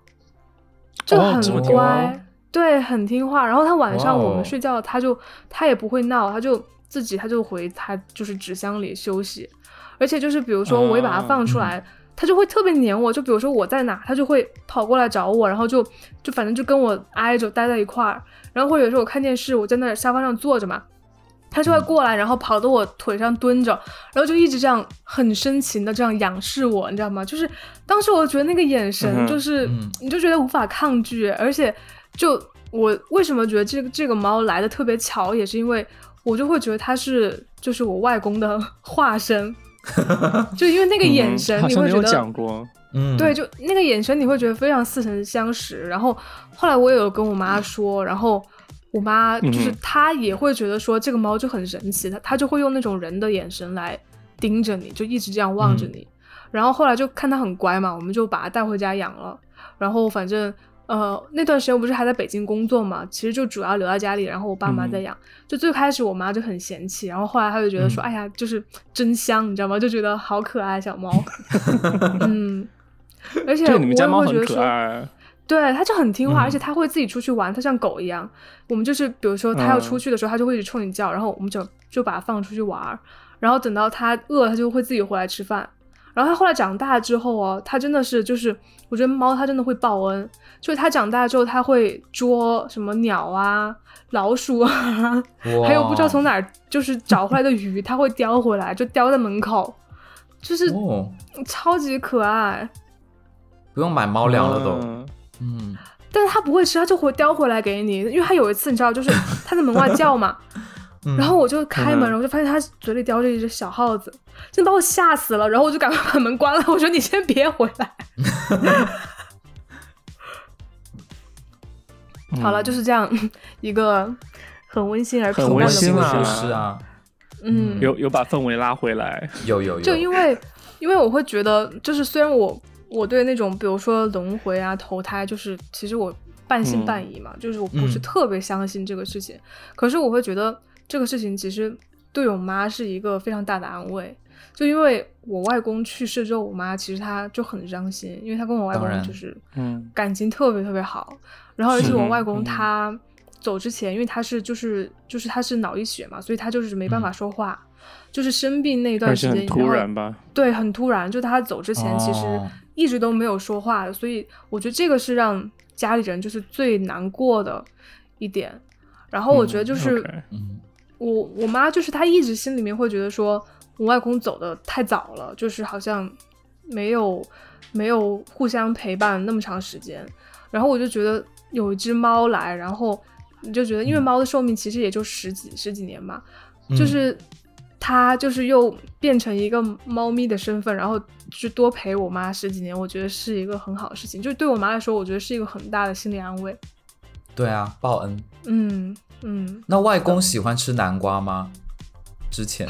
Speaker 2: 就
Speaker 1: 哦
Speaker 2: 很
Speaker 1: 这么听
Speaker 2: 乖，
Speaker 1: 话
Speaker 2: 对，很听话。然后它晚上
Speaker 3: 哇哦
Speaker 2: 我们睡觉，它就它也不会闹，它就自己它就回它就是纸箱里休息。而且就是比如说我一把它
Speaker 1: 啊
Speaker 2: 放出来，它就会特别黏我。就比如说我在哪，它就会跑过来找我，然后就就反正就跟我挨着待在一块儿。然后或者有时候我看电视，我在那沙发上坐着嘛，它就会过来，然后跑到我腿上蹲着，然后就一直这样很深情的这样仰视我，你知道吗？就是当时我觉得那个
Speaker 1: 嗯
Speaker 2: 眼
Speaker 1: 哼
Speaker 2: 神，就是、
Speaker 3: 嗯
Speaker 2: 你就觉得无法抗拒，而且就我为什么觉得这个这个猫来的特别巧，也是因为我就会觉得它是就是我外公的 化身，就因为那个眼神，
Speaker 1: 嗯、好
Speaker 2: 你
Speaker 1: 像
Speaker 2: 会
Speaker 1: 没
Speaker 2: 觉
Speaker 1: 有
Speaker 2: 得
Speaker 1: 讲过。
Speaker 3: 嗯，
Speaker 2: 对，，就那个眼神，你会觉得非常似曾相识。然后后来我也有跟我妈说，然后我妈就是
Speaker 1: 嗯哼
Speaker 2: 她也会觉得说这个猫就很神奇，她她就会用那种人的眼神来盯着你，就一直这样望着
Speaker 3: 嗯
Speaker 2: 你。然后后来就看它很乖嘛，我们就把它带回家养了。然后反正呃那段时间我不是还在北京工作嘛，其实就主要留在家里，然后我爸妈在
Speaker 1: 嗯
Speaker 2: 养。就最开始我妈就很嫌弃，然后后来她就觉得说，
Speaker 3: 嗯
Speaker 2: 哎呀，就是真香，你知道吗？就觉得好可爱小猫，嗯。 而且
Speaker 1: 对，
Speaker 2: 我
Speaker 1: 你们家
Speaker 2: 也
Speaker 1: 猫
Speaker 2: 会觉
Speaker 1: 很
Speaker 2: 得
Speaker 1: 可
Speaker 2: 说，
Speaker 1: 爱。
Speaker 2: 对，它就很听话，
Speaker 3: 嗯
Speaker 2: 而且它会自己出去玩，它像狗一样。我们就是比如说它要
Speaker 1: 嗯
Speaker 2: 出去的时候，它就会一直冲你叫，然后我们就就把它放出去玩儿，然后等到它饿了，它就会自己回来吃饭。然后它后来长大之后哦，它真的是就是，我觉得猫它真的会报恩，就是它长大之后，它会捉什么鸟啊、老鼠啊，还有不知道从
Speaker 3: 哪，
Speaker 2: 哪儿就是找回来的鱼，它会叼回来，就叼在门口，就是
Speaker 3: 哦，
Speaker 2: 超级可爱。
Speaker 3: 不用买猫粮了都，
Speaker 1: 嗯
Speaker 3: 嗯，
Speaker 2: 但是它不会吃，它就会叼回来给你。因为它有一次，你知道，就是它在门外叫嘛，
Speaker 3: 嗯
Speaker 2: 然后我就开门，
Speaker 1: 嗯
Speaker 2: 然后就发现它嘴里叼着一只小耗子，真的把我吓死了。然后我就赶快把门关了，我说你先别回来。
Speaker 1: 嗯
Speaker 2: 好了，就是这样一个很温馨而平
Speaker 1: 很
Speaker 2: 淡
Speaker 1: 温
Speaker 2: 的
Speaker 1: 馨
Speaker 3: 嗯的
Speaker 1: 啊
Speaker 3: 故事啊，
Speaker 2: 嗯，
Speaker 1: 有有把氛围拉回来。
Speaker 3: 有有有，
Speaker 2: 就因为因为我会觉得，就是虽然我我对那种比如说轮回啊、投胎，就是其实我半信半疑嘛，就是我不是
Speaker 3: 嗯
Speaker 2: 特别相信这个事
Speaker 1: 嗯
Speaker 2: 情，可是我会觉得这个事情其实对我妈是一个非常大的安慰。就因为我外公去世之后，我妈其实她就很伤心，因为她跟我外
Speaker 3: 当然
Speaker 2: 公就是
Speaker 1: 嗯
Speaker 2: 感情特别特别好。然后而且
Speaker 1: 是
Speaker 2: 我
Speaker 1: 的
Speaker 2: 外公
Speaker 1: 嗯
Speaker 2: 他走之前，因为他是就是就是他是脑溢血嘛，所以他就是没办法
Speaker 3: 嗯
Speaker 2: 说话，就是生病那一段
Speaker 1: 而
Speaker 2: 时
Speaker 1: 且
Speaker 2: 间，
Speaker 1: 很突
Speaker 2: 后
Speaker 1: 然吧？
Speaker 2: 对，很突然，就他走之前其实
Speaker 3: 哦
Speaker 2: 一直都没有说话的，所以我觉得这个是让家里人就是最难过的一点。然后我觉得就
Speaker 1: 嗯
Speaker 2: 是、
Speaker 1: ，OK
Speaker 3: 嗯
Speaker 2: 我我妈就是她一直心里面会觉得说我外公走的太早了，就是好像没有没有互相陪伴那么长时间。然后我就觉得有一只猫来，然后你就觉得，
Speaker 1: 嗯
Speaker 2: 因为猫的寿命其实也就十几十几年嘛，
Speaker 3: 嗯
Speaker 2: 就是它就是又变成一个猫咪的身份，然后去多陪我妈十几年，我觉得是一个很好的事情，就对我妈来说，我觉得是一个很大的心理安慰。
Speaker 3: 对啊，报恩。
Speaker 2: 嗯嗯，
Speaker 3: 那外公喜欢吃南瓜吗？之 前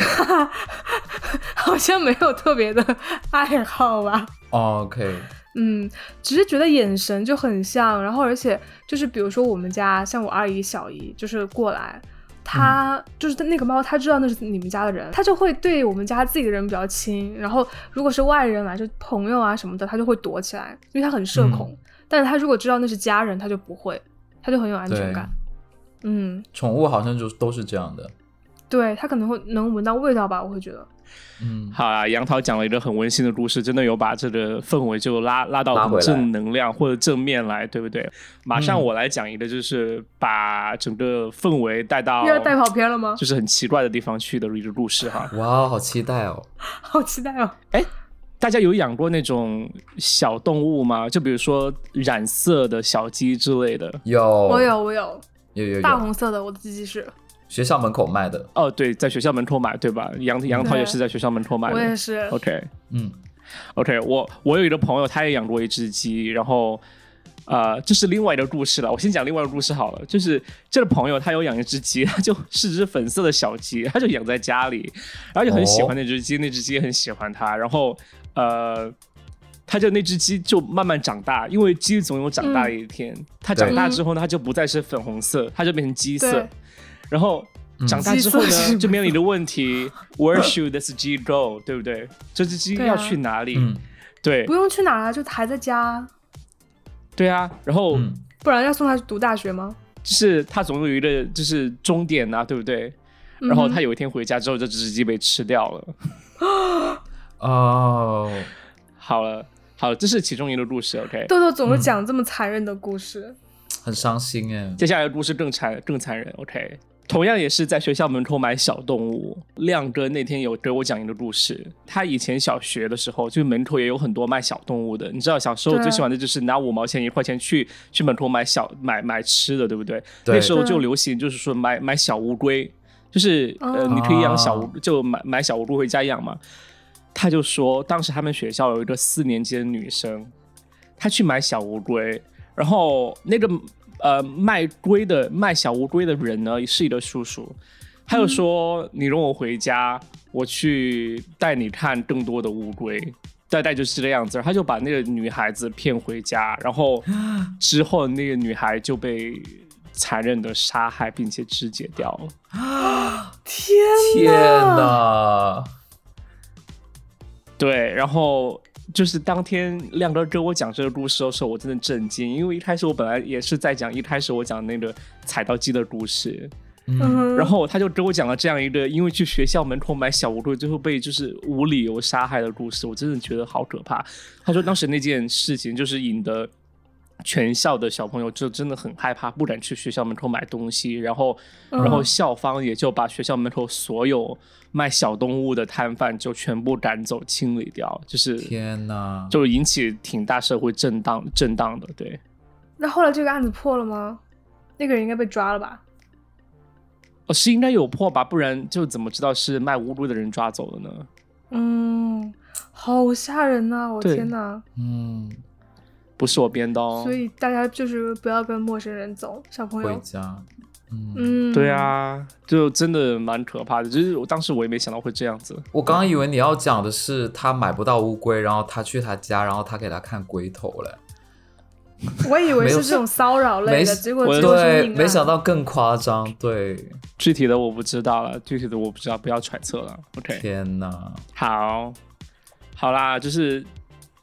Speaker 2: 好像没有特别的爱好吧。
Speaker 3: 哦 OK，
Speaker 2: 嗯，只是觉得眼神就很像，然后而且就是比如说我们家像我二姨、小姨就是过来，她就是那个猫，她知道那是你们家的人，她就会对我们家自己的人比较亲。然后如果是外人来，就朋友啊什么的，她就会躲起来，因为她很社恐。但是她如果知道那是家人，她就不会，她就很有安全
Speaker 3: 对，
Speaker 2: 感。嗯，
Speaker 3: 宠物好像就都是这样的。
Speaker 2: 对，她可能会能闻到味道吧，我会觉得。
Speaker 3: 嗯，
Speaker 1: 好啊，杨桃讲了一个很温馨的故事，真的有把这个氛围就拉拉到
Speaker 3: 拉
Speaker 1: 很
Speaker 3: 回来
Speaker 1: 正能量或者正面来，对不对？马上
Speaker 3: 嗯
Speaker 1: 我来讲一个，就是把整个氛围带到
Speaker 2: 又要带跑偏了吗？
Speaker 1: 就是很奇怪的地方去的一个故事哈。
Speaker 3: 哇，好期待哦。
Speaker 2: 好期待哦！
Speaker 1: 大家有养过那种小动物吗？就比如说染色的小鸡之类的。
Speaker 3: 有，
Speaker 2: 我有我有，
Speaker 3: 有有
Speaker 2: 大
Speaker 3: 有，
Speaker 2: 红色的，我的鸡鸡是，
Speaker 3: 学校门口卖的。
Speaker 1: 哦，对，在学校门口买，对吧？杨杨桃
Speaker 2: 对
Speaker 1: 也是在学校门口买
Speaker 2: 我也
Speaker 1: 的。
Speaker 2: 是。
Speaker 1: OK
Speaker 3: 嗯
Speaker 1: OK，我我有一个朋友，他也养过一只鸡，然后呃，这是另外一个故事了。我先讲另外一个故事好了，就是这个朋友他有养一只鸡，他就是只粉色的小鸡，他就养在家里，然后就很喜欢那只鸡，那只鸡也很喜欢他，然后呃。他就那只鸡就慢慢长大，因为鸡总有长大
Speaker 2: 嗯
Speaker 1: 的一天。它长大之后呢，它就不再是粉红色，它就变成鸡色
Speaker 2: 对。
Speaker 1: 然后长大之后
Speaker 2: 鸡色是
Speaker 1: 呢，
Speaker 2: 吗
Speaker 1: 就面临一个问题：Where should this 鸡 go？对不对？这只鸡
Speaker 2: 对啊
Speaker 1: 要去哪里？
Speaker 3: 嗯
Speaker 1: 对
Speaker 2: 不用去哪儿啊，就还在家，
Speaker 1: 对啊，然后
Speaker 3: 嗯，
Speaker 2: 不然要送他去读大学吗？
Speaker 1: 就是它总有一个就是终点啊，对不对？然后
Speaker 2: 嗯哼
Speaker 1: 它有一天回家之后，这只鸡被吃掉了。
Speaker 3: 哦，
Speaker 1: 好了，好了，这是其中一个故事。OK，
Speaker 2: 豆豆总
Speaker 3: 嗯
Speaker 2: 是讲这么残忍的故事，
Speaker 3: 很伤心哎。
Speaker 1: 接下来的故事更残更残忍。OK，同样也是在学校门口买小动物。亮哥那天有给我讲一个故事，他以前小学的时候，就门口也有很多卖小动物的。你知道，小时候
Speaker 2: 对啊
Speaker 1: 最喜欢的就是拿五毛钱一块钱去去门口买小买买吃的，对不对？
Speaker 3: 对
Speaker 1: 那时候
Speaker 2: 对
Speaker 1: 就流行就是说买买小乌龟，就是呃，
Speaker 2: 哦
Speaker 1: 你可以养小乌，
Speaker 3: 啊
Speaker 1: 就买买小乌龟回家养嘛。他就说，当时他们学校有一个四年级的女生，她去买小乌龟，然后那个呃卖龟的卖小乌龟的人呢是一个叔叔，他就说：“你容我回家，我去带你看更多的乌龟。”大概就是这样子，他就把那个女孩子骗回家，然后之后那个女孩就被残忍的杀害，并且肢解掉了。
Speaker 2: 天
Speaker 3: 天哪！
Speaker 1: 对，然后就是当天亮哥跟我讲这个故事的时候，我真的震惊，因为一开始我本来也是在讲一开始我讲那个踩到鸡的故事，
Speaker 3: 嗯，
Speaker 2: 嗯，
Speaker 1: 然后他就跟我讲了这样一个因为去学校门口买小乌龟，最后被就是无理由杀害的故事，我真的觉得好可怕。他说当时那件事情就是引得全校的小朋友就真的很害怕，不敢去学校门口买东西，然后
Speaker 2: 嗯
Speaker 1: 然后校方也就把学校门口所有卖小动物的摊贩就全部赶走清理掉，就是
Speaker 3: 天哪！
Speaker 1: 就引起挺大社会震荡震荡的，对。
Speaker 2: 那后来这个案子破了吗？那个人应该被抓了吧？
Speaker 1: 哦，是应该有破吧，不然就怎么知道是卖乌龟的人抓走的呢？
Speaker 2: 嗯，好吓人呐、我
Speaker 1: 对
Speaker 2: 天呐！
Speaker 3: 嗯，
Speaker 1: 不是我编的哦。
Speaker 2: 所以大家就是不要跟陌生人走，小朋
Speaker 3: 回
Speaker 2: 友。
Speaker 3: 家。嗯，
Speaker 2: 嗯，
Speaker 1: 对，啊，就真的蛮可怕的。就是我当时我也没想到会这样子。
Speaker 3: 我刚刚以为你要讲的是他买不到乌龟，然后他去他家，然后他给他看龟头嘞。
Speaker 2: 我以为
Speaker 3: 没有
Speaker 2: 是这种骚扰类
Speaker 3: 没
Speaker 2: 的，
Speaker 3: 想
Speaker 2: 结果
Speaker 1: 我
Speaker 2: 结果是
Speaker 3: 对，
Speaker 2: 命案啊
Speaker 3: 没想到更夸张。对，
Speaker 1: 具体的我不知道了，具体的我不知道，不要揣测了。OK，
Speaker 3: 天哪！
Speaker 1: 好，好啦，就是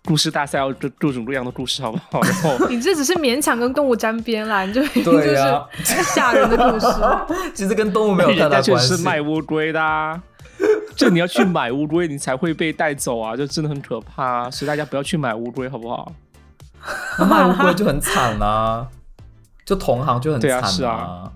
Speaker 1: 故事大赛要各各种各样的故事，好不 好？然后
Speaker 2: 你这只是勉强跟动物沾边啦，你这明明就
Speaker 3: 对啊
Speaker 2: 是
Speaker 3: 呀
Speaker 2: 吓人的 故事。
Speaker 3: 其实跟动物没有太
Speaker 1: 人家
Speaker 3: 大
Speaker 1: 确
Speaker 3: 关
Speaker 1: 实
Speaker 3: 系
Speaker 1: 是。卖乌龟的、 啊。这你要去买乌龟，你才会被带走啊！这真的很可怕、啊，所以大家不要去买乌龟，好不好？
Speaker 3: 那卖乌龟就很惨啊，就同行就很
Speaker 1: 对
Speaker 3: 惨
Speaker 1: 啊是啊。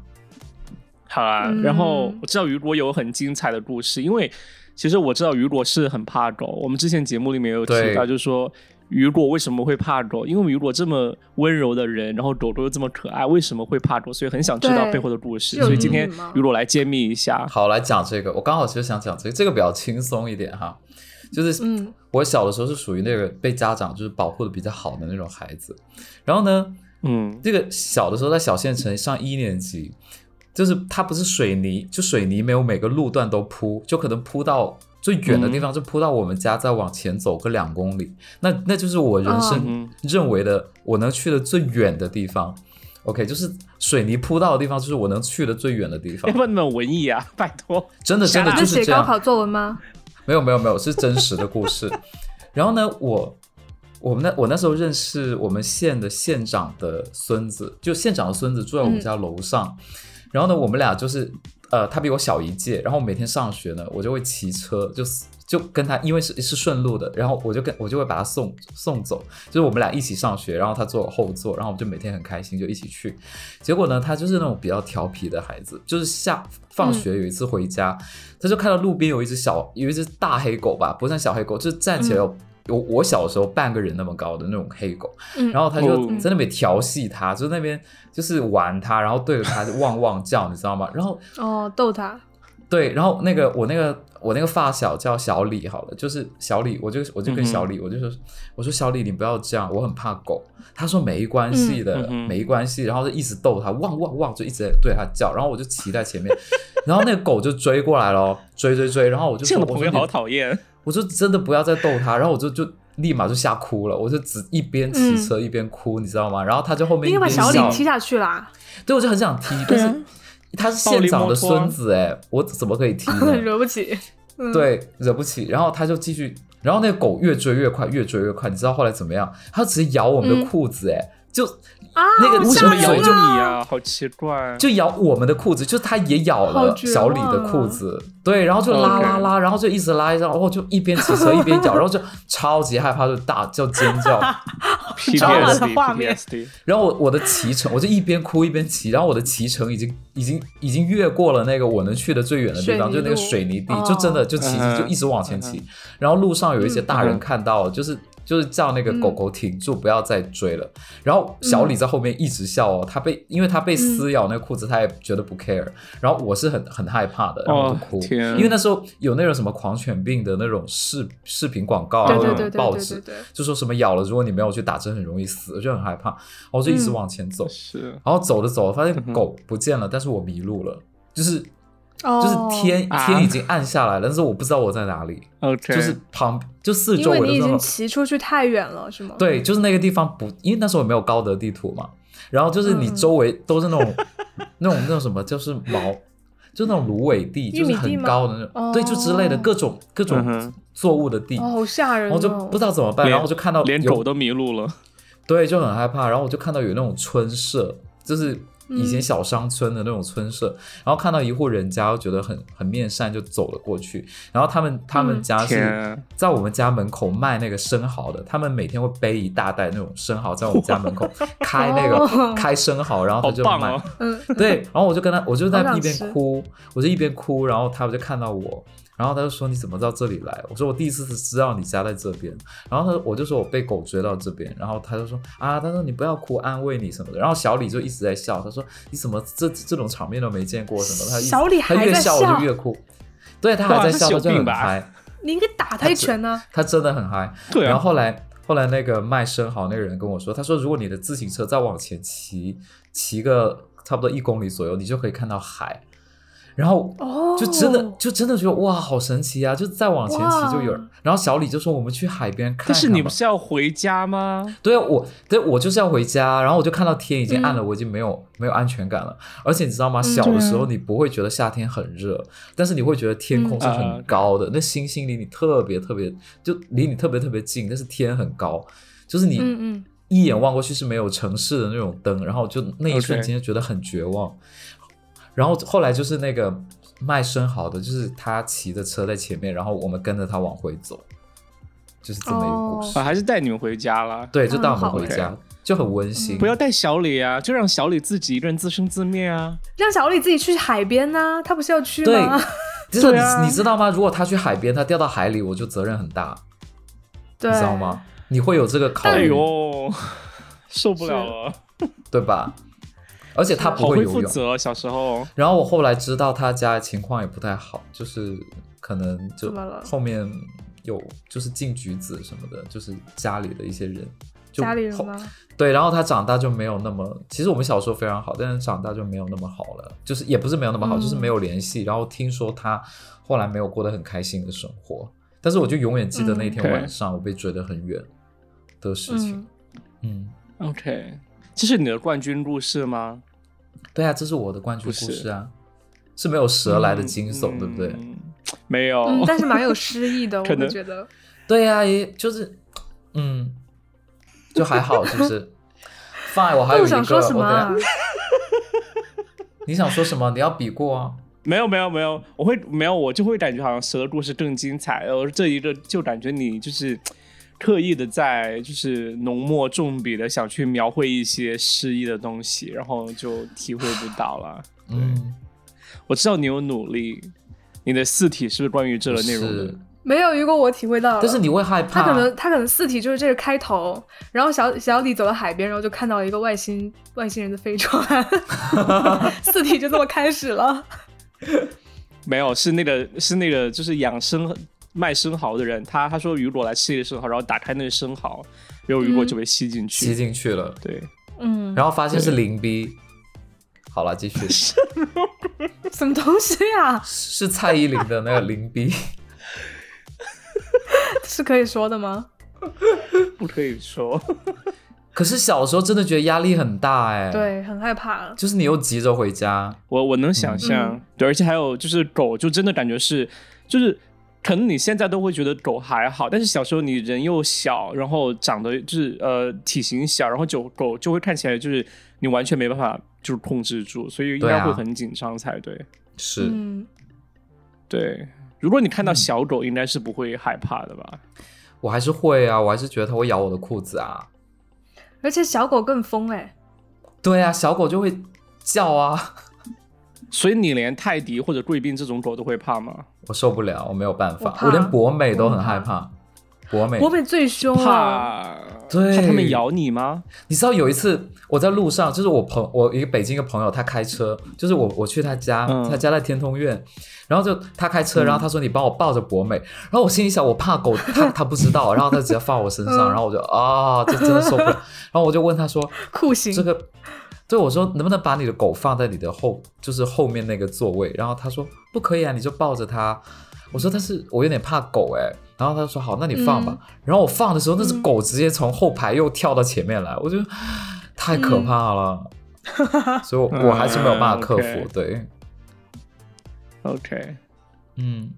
Speaker 1: 好啦，然后
Speaker 2: 嗯
Speaker 1: 我知道雨果有很精彩的故事，因为其实我知道雨果是很怕狗。我们之前节目里面有提到，
Speaker 3: 对
Speaker 1: 就是说雨果为什么会怕狗？因为雨果这么温柔的人，然后狗狗又这么可爱，为什么会怕狗？所以很想知道
Speaker 2: 对
Speaker 1: 背后的故事。
Speaker 2: 是有
Speaker 1: 所以今天
Speaker 2: 秘密吗
Speaker 1: 雨果来揭秘一下。
Speaker 3: 好，来讲这个，我刚好其实想讲这个，这个比较轻松一点哈，就是
Speaker 2: 嗯
Speaker 3: 我小的时候是属于那个被家长就是保护的比较好的那种孩子，然后呢，
Speaker 1: 嗯
Speaker 3: 这个小的时候在小县城上一年级，就是它不是水泥，就水泥没有每个路段都铺，就可能铺到最远的地方，就铺到我们家，再往前走个两公里，那那就是我人生
Speaker 1: 嗯
Speaker 3: 认为的我能去的最远的地方。OK，就是水泥铺到的地方，就是我能去的最远的 地方
Speaker 1: 要哎。不然那么文艺啊，拜托。
Speaker 3: 真的，真的
Speaker 1: 那
Speaker 2: 那
Speaker 3: 就是
Speaker 2: 写
Speaker 3: 这
Speaker 2: 高
Speaker 3: 样。
Speaker 2: 考作文吗？
Speaker 3: 没有没有没有，是真实的故事。然后呢，我我们那我那时候认识我们县的县长的孙子，就县长的孙子住在我们家楼上。然后呢，我们俩就是呃，他比我小一届，然后我每天上学呢，我就会骑车，就是就跟他，因为是是顺路的，然后我就跟我就会把他送送走，就是我们俩一起上学，然后他坐我后座，然后我们就每天很开心，就一起去。结果呢，他就是那种比较调皮的孩子，就是下放学有一次回家，他就看到路边有一只小有一只大黑狗吧，不算小黑狗，就是站
Speaker 2: 嗯
Speaker 3: 起来有、有我小时候半个人那么高的那种黑狗，
Speaker 2: 嗯
Speaker 3: 然后他就
Speaker 1: 哦
Speaker 3: 在那边调戏它，就那边就是玩它，然后对着它就汪汪叫，你知道吗？然后
Speaker 2: 哦，逗他，
Speaker 3: 对，然后那个我那个我那个发小叫小李，好了，就是小李，我就我就跟
Speaker 1: 嗯哼
Speaker 3: 小李，我就说我说小李你不要这样，我很怕狗。他说没关系的，
Speaker 1: 嗯嗯哼
Speaker 3: 没关系，然后就一直逗他，汪汪汪，就一直在对他叫，然后我就骑在前面，然后那个狗就追过来了哦，追追追，然后我就
Speaker 1: 这
Speaker 3: 说
Speaker 1: 样的
Speaker 3: 我
Speaker 1: 朋
Speaker 3: 说
Speaker 1: 友
Speaker 3: 你
Speaker 1: 好讨厌。
Speaker 3: 我就真的不要再逗他，然后我就就立马就吓哭了，我就只一边骑车一边哭，你知道吗？然后他就后面
Speaker 2: 你
Speaker 3: 一
Speaker 2: 应该把
Speaker 3: 边
Speaker 2: 小李
Speaker 3: 笑
Speaker 2: 踢下去啦，
Speaker 3: 对我就很想踢，但
Speaker 1: 啊
Speaker 3: 是他是县
Speaker 1: 暴力摩
Speaker 3: 长的
Speaker 1: 托
Speaker 3: 孙子哎，我怎么可以踢呢？
Speaker 2: 惹不起。嗯，
Speaker 3: 对，惹不起，然后他就继续，然后那个狗越追越快，越追越快，你知道后来怎么样？它直接咬我们的
Speaker 2: 嗯
Speaker 3: 裤子哎，就
Speaker 2: 啊，
Speaker 3: 那个
Speaker 2: 好
Speaker 1: 为什么
Speaker 2: 吓
Speaker 1: 咬
Speaker 2: 人
Speaker 1: 你
Speaker 3: 就
Speaker 2: 啊
Speaker 1: 啊？好奇怪。
Speaker 3: 就咬我们的裤子，就它也咬
Speaker 2: 好
Speaker 3: 了
Speaker 2: 绝
Speaker 3: 小李的
Speaker 2: 望啊
Speaker 3: 裤子，对，然后就拉
Speaker 1: OK
Speaker 3: 拉拉，然后就一直拉一直拉，然后就一边骑车一边咬，然后就超级害怕，就大叫尖叫。
Speaker 2: 抓了的
Speaker 1: PTSD
Speaker 2: 画面
Speaker 1: PTSD。
Speaker 3: 然后我我的骑程，我就一边哭一边骑，然后我的骑程已经已经已经越过了那个我能去的最远的地
Speaker 2: 水
Speaker 3: 方，
Speaker 2: 泥
Speaker 3: 就那个
Speaker 2: 路
Speaker 3: 水泥地，
Speaker 2: 哦
Speaker 3: 就真的就骑
Speaker 1: 嗯哼
Speaker 3: 就一直往前骑。然后路上有一些大人
Speaker 1: 嗯
Speaker 3: 看到了，就是就是叫那个狗狗停住，不要再追了。然后小李在后面一直笑
Speaker 2: 嗯
Speaker 3: 哦，他被因为他被撕咬那个裤子，他也觉得不 care。然后我是很很害怕的，然后我就
Speaker 1: 哦
Speaker 3: 哭，
Speaker 1: 天
Speaker 3: 因为那时候有那种什么狂犬病的那种视视频广告啊，
Speaker 2: 对对
Speaker 3: 那
Speaker 2: 对对
Speaker 3: 种报
Speaker 2: 对
Speaker 3: 纸
Speaker 2: 对，对，
Speaker 3: 就说什么咬了，如果你没有去打针，很容易死，我就很害怕，然后就一直
Speaker 2: 嗯
Speaker 3: 往前走，
Speaker 1: 是
Speaker 3: 然后走着走着发
Speaker 1: 嗯
Speaker 3: 现
Speaker 1: 哼
Speaker 3: 狗不见了，但是我迷路了，就是就
Speaker 2: 哦，
Speaker 3: 是天、
Speaker 1: 啊
Speaker 3: 天已经暗下来了，但是我不知道我在哪里，
Speaker 1: OK，
Speaker 3: 就是旁就四
Speaker 2: 因
Speaker 3: 周围
Speaker 2: 为
Speaker 3: 的
Speaker 2: 你已
Speaker 3: 那
Speaker 2: 经
Speaker 3: 种，
Speaker 2: 骑出去太远了，是吗？，
Speaker 3: 对，就是那个地方不，因为那时候也没有高德地图嘛，然后就是你
Speaker 2: 嗯
Speaker 3: 周围都是那种、 那种那种什么，就是毛。就那种芦苇地，
Speaker 2: 玉
Speaker 3: 就是
Speaker 2: 米地
Speaker 3: 很
Speaker 2: 吗
Speaker 3: 高的那种，对，就之类的
Speaker 2: 哦
Speaker 3: 各种各
Speaker 1: 嗯
Speaker 3: 种
Speaker 1: 哼
Speaker 3: 作物的地，
Speaker 2: 哦，好吓人
Speaker 3: 然
Speaker 2: 哦，
Speaker 3: 后就不知道怎么办，
Speaker 1: 连
Speaker 3: 然后就看到
Speaker 1: 连
Speaker 3: 有
Speaker 1: 狗都迷路了。
Speaker 3: 对，就很害怕。然后我就看到有那种村舍，就是以前
Speaker 2: 嗯
Speaker 3: 小商村的那种村舍，然后看到一户人家，又觉得很很面善，就走了过去。然后他们他们
Speaker 2: 嗯
Speaker 3: 家啊是
Speaker 1: 天啊
Speaker 3: 在我们家门口卖那个生蚝的，他们每天会背一大袋那种生蚝在我们家门口开那个
Speaker 2: 哦
Speaker 3: 开生蚝，然后
Speaker 1: 好
Speaker 3: 他就
Speaker 1: 棒
Speaker 3: 卖
Speaker 1: 哦。！
Speaker 2: 嗯，
Speaker 3: 对，然后我就跟他，我就在
Speaker 2: 好想
Speaker 3: 一边
Speaker 2: 吃
Speaker 3: 哭，我就一边哭，然后他就看到我，然后他就说你怎么到这里来？我说我第一次是知道你家在这边，然后他我就说我被狗追到这边，然后他就说啊，他说你不要哭，安慰你什么的。然后小李就一直在笑，他说你怎么这这种场面都没见过什么？他一直
Speaker 2: 小李
Speaker 3: 他
Speaker 2: 还
Speaker 3: 越
Speaker 2: 在
Speaker 3: 笑我
Speaker 2: 笑啊
Speaker 3: 就越哭，对他
Speaker 1: 哇
Speaker 3: 还在
Speaker 1: 他
Speaker 3: 笑，
Speaker 1: 是有
Speaker 3: 他就很
Speaker 1: 病吧
Speaker 3: 嗨。
Speaker 2: 你应该打他一拳呢。
Speaker 3: 他真的很嗨。
Speaker 1: 对啊
Speaker 3: 然后后来后来那个卖生蚝那个人跟我说，他说如果你的自行车再往前骑骑个差不多一公里左右，你就可以看到海。然后
Speaker 2: 哦，
Speaker 3: 就真的、就真的觉得哇，好神奇啊！就再往前骑就有人
Speaker 2: 哇。
Speaker 3: 然后小李就说我们去海边看看吧。
Speaker 1: 但是你不是要回家吗？
Speaker 3: 对啊，我对我就是要回家，然后我就看到天已经暗了，
Speaker 2: 嗯
Speaker 3: 我已经没有没有安全感了。而且你知道吗？
Speaker 2: 嗯
Speaker 3: 小的时候
Speaker 1: 对
Speaker 3: 你不会觉得夏天很热，但是你会觉得天空是
Speaker 1: 嗯
Speaker 3: 很
Speaker 1: 啊
Speaker 3: 高的，那星星离你特别特别，就离你特别特别近，但是天很高，就是你
Speaker 2: 嗯嗯，
Speaker 3: 一眼望过去是没有城市的那种灯，然后就那一瞬
Speaker 1: OK
Speaker 3: 间就觉得很绝望。然后后来就是那个卖生蚝的，就是他骑着车在前面，然后我们跟着他往回走，就是这么一个故事。
Speaker 1: 啊，还是带你们回家了。
Speaker 3: 对，就带我
Speaker 2: 嗯
Speaker 3: 们
Speaker 2: 好
Speaker 3: 回
Speaker 1: 哎
Speaker 3: 家，就很温馨。
Speaker 1: 不要带小李啊，就让小李自己一个人自生自灭啊。
Speaker 2: 让小李自己去海边呢，他不是要去
Speaker 3: 对
Speaker 2: 吗？，
Speaker 3: 就是你、
Speaker 1: 对啊
Speaker 3: 你知道吗？如果他去海边，他掉到海里，我就责任很大，
Speaker 2: 对，
Speaker 3: 你知道吗？你会有这个考
Speaker 1: 哎
Speaker 3: 虑，
Speaker 1: 呦，受不了了，
Speaker 3: 对吧？而且他不
Speaker 1: 好
Speaker 3: 会
Speaker 1: 会
Speaker 3: 游
Speaker 1: 负
Speaker 3: 泳。
Speaker 1: 责。小时候，
Speaker 3: 然后我后来知道他家情况也不太好，就是可能就
Speaker 2: 怎么了
Speaker 3: 后面有就是进局子什么的，就是家里的一些人，就
Speaker 2: 家里人
Speaker 3: 后
Speaker 2: 吗？
Speaker 3: 对，然后他长大就没有那么，其实我们小时候非常好，但是长大就没有那么好了，就是也不是没有那么好，
Speaker 2: 嗯
Speaker 3: 就是没有联系。然后听说他后来没有过得很开心的生活，但是我就永远记得那天
Speaker 1: 嗯
Speaker 3: 晚上我被追得很远的事情。
Speaker 2: 嗯，
Speaker 3: 嗯
Speaker 1: OK，这是你的冠军故事吗？
Speaker 3: 对啊，这是我的冠军
Speaker 1: 不是
Speaker 3: 故事啊，是没有蛇来的惊悚，
Speaker 1: 嗯
Speaker 3: 对不对？
Speaker 1: 嗯没有，
Speaker 3: 哦
Speaker 2: 嗯，但是蛮有诗意 的，我
Speaker 1: 可能
Speaker 2: 会觉得。
Speaker 3: 对呀、也就是，嗯，就还好，是不是？Fine，我还
Speaker 2: 那
Speaker 3: 有
Speaker 2: 我
Speaker 3: 一个，
Speaker 2: 想说什么
Speaker 3: 我等
Speaker 2: 啊
Speaker 3: 下？你想说什么？你要比过啊？
Speaker 1: 没有没有没有，我会没有，我就会感觉好像蛇的故事更精彩，而这一个就感觉你就是刻意的在就是浓墨重笔的想去描绘一些诗意的东西，然后就体会不到 了。
Speaker 3: 嗯，
Speaker 1: 我知道你有努力，你的四体是不是关于这个内容的
Speaker 3: 是？
Speaker 2: 没有，如果我体会到了，
Speaker 3: 但是你会害怕，
Speaker 2: 他可能他可能四题就是这个开头，然后小小李走到海边，然后就看到了一个外星外星人的飞船， 四题就这么开始了。
Speaker 1: 没有，是那个是那个就是养生卖生蚝的人，他他说雨果来吃一个生蚝，然后打开那个生蚝，然后雨果就被吸进去。
Speaker 3: 嗯吸进去了，
Speaker 1: 对，
Speaker 2: 嗯，
Speaker 3: 然后发现是零 B。好了，继续
Speaker 2: 什么东西啊呀、
Speaker 3: 是蔡依林的那个零 B，
Speaker 2: 是可以说的吗？
Speaker 1: 不可以说。
Speaker 3: 可是小时候真的觉得压力很大哎、，
Speaker 2: 对，很害怕。
Speaker 3: 就是你又急着回家，
Speaker 1: 我我能想象，
Speaker 2: 嗯
Speaker 1: 对，而且还有就是狗，就真的感觉是，就是可能你现在都会觉得狗还好，但是小时候你人又小，然后长得就是呃体型小，然后就狗就会看起来就是你完全没办法就是控制住，所以应
Speaker 3: 对
Speaker 1: 该
Speaker 3: 啊
Speaker 1: 会很紧张才对。
Speaker 3: 是、
Speaker 2: 嗯，
Speaker 1: 对，如果你看到小狗，应该是不会害怕的吧？
Speaker 3: 我还是会啊，我还是觉得它会咬我的裤子啊，
Speaker 2: 而且小狗更疯哎，
Speaker 3: 对啊，小狗就会叫啊，
Speaker 1: 所以你连泰迪或者贵宾这种狗都会怕吗？
Speaker 3: 我受不了，我没有办
Speaker 2: 我
Speaker 3: 法，
Speaker 2: 怕
Speaker 3: 我连博美都很害怕。博美，
Speaker 2: 国美最凶
Speaker 1: 哦
Speaker 2: 了。
Speaker 1: 怕，
Speaker 3: 对
Speaker 1: 怕它们咬你吗？
Speaker 3: 你知道有一次我在路上，就是我朋我一个北京一个朋友，他开车，就是我我去他家，
Speaker 1: 嗯
Speaker 3: 他家在天通苑，然后就他开车，然后他说你帮我抱着博美，然后我心里想我怕狗，他他不知道，然后他直接放我身上，
Speaker 2: 嗯
Speaker 3: 然后我就啊，这真的受不了，然后我就问他说
Speaker 2: 酷刑
Speaker 3: 这个。对我说：“能不能把你的狗放在你的后，就是后面那个座位？”然后他说：“不可以啊，你就抱着它。”我说：“但是我有点怕狗哎、然后他说：“好，那你放吧。然后我放的时候，那只
Speaker 2: 嗯
Speaker 3: 狗直接从后排又跳到前面来，我觉得太可怕了，
Speaker 2: 嗯
Speaker 3: 所以我我还是没有办法克 服。
Speaker 1: 嗯，OK
Speaker 3: 对，
Speaker 1: ，OK，
Speaker 3: 嗯，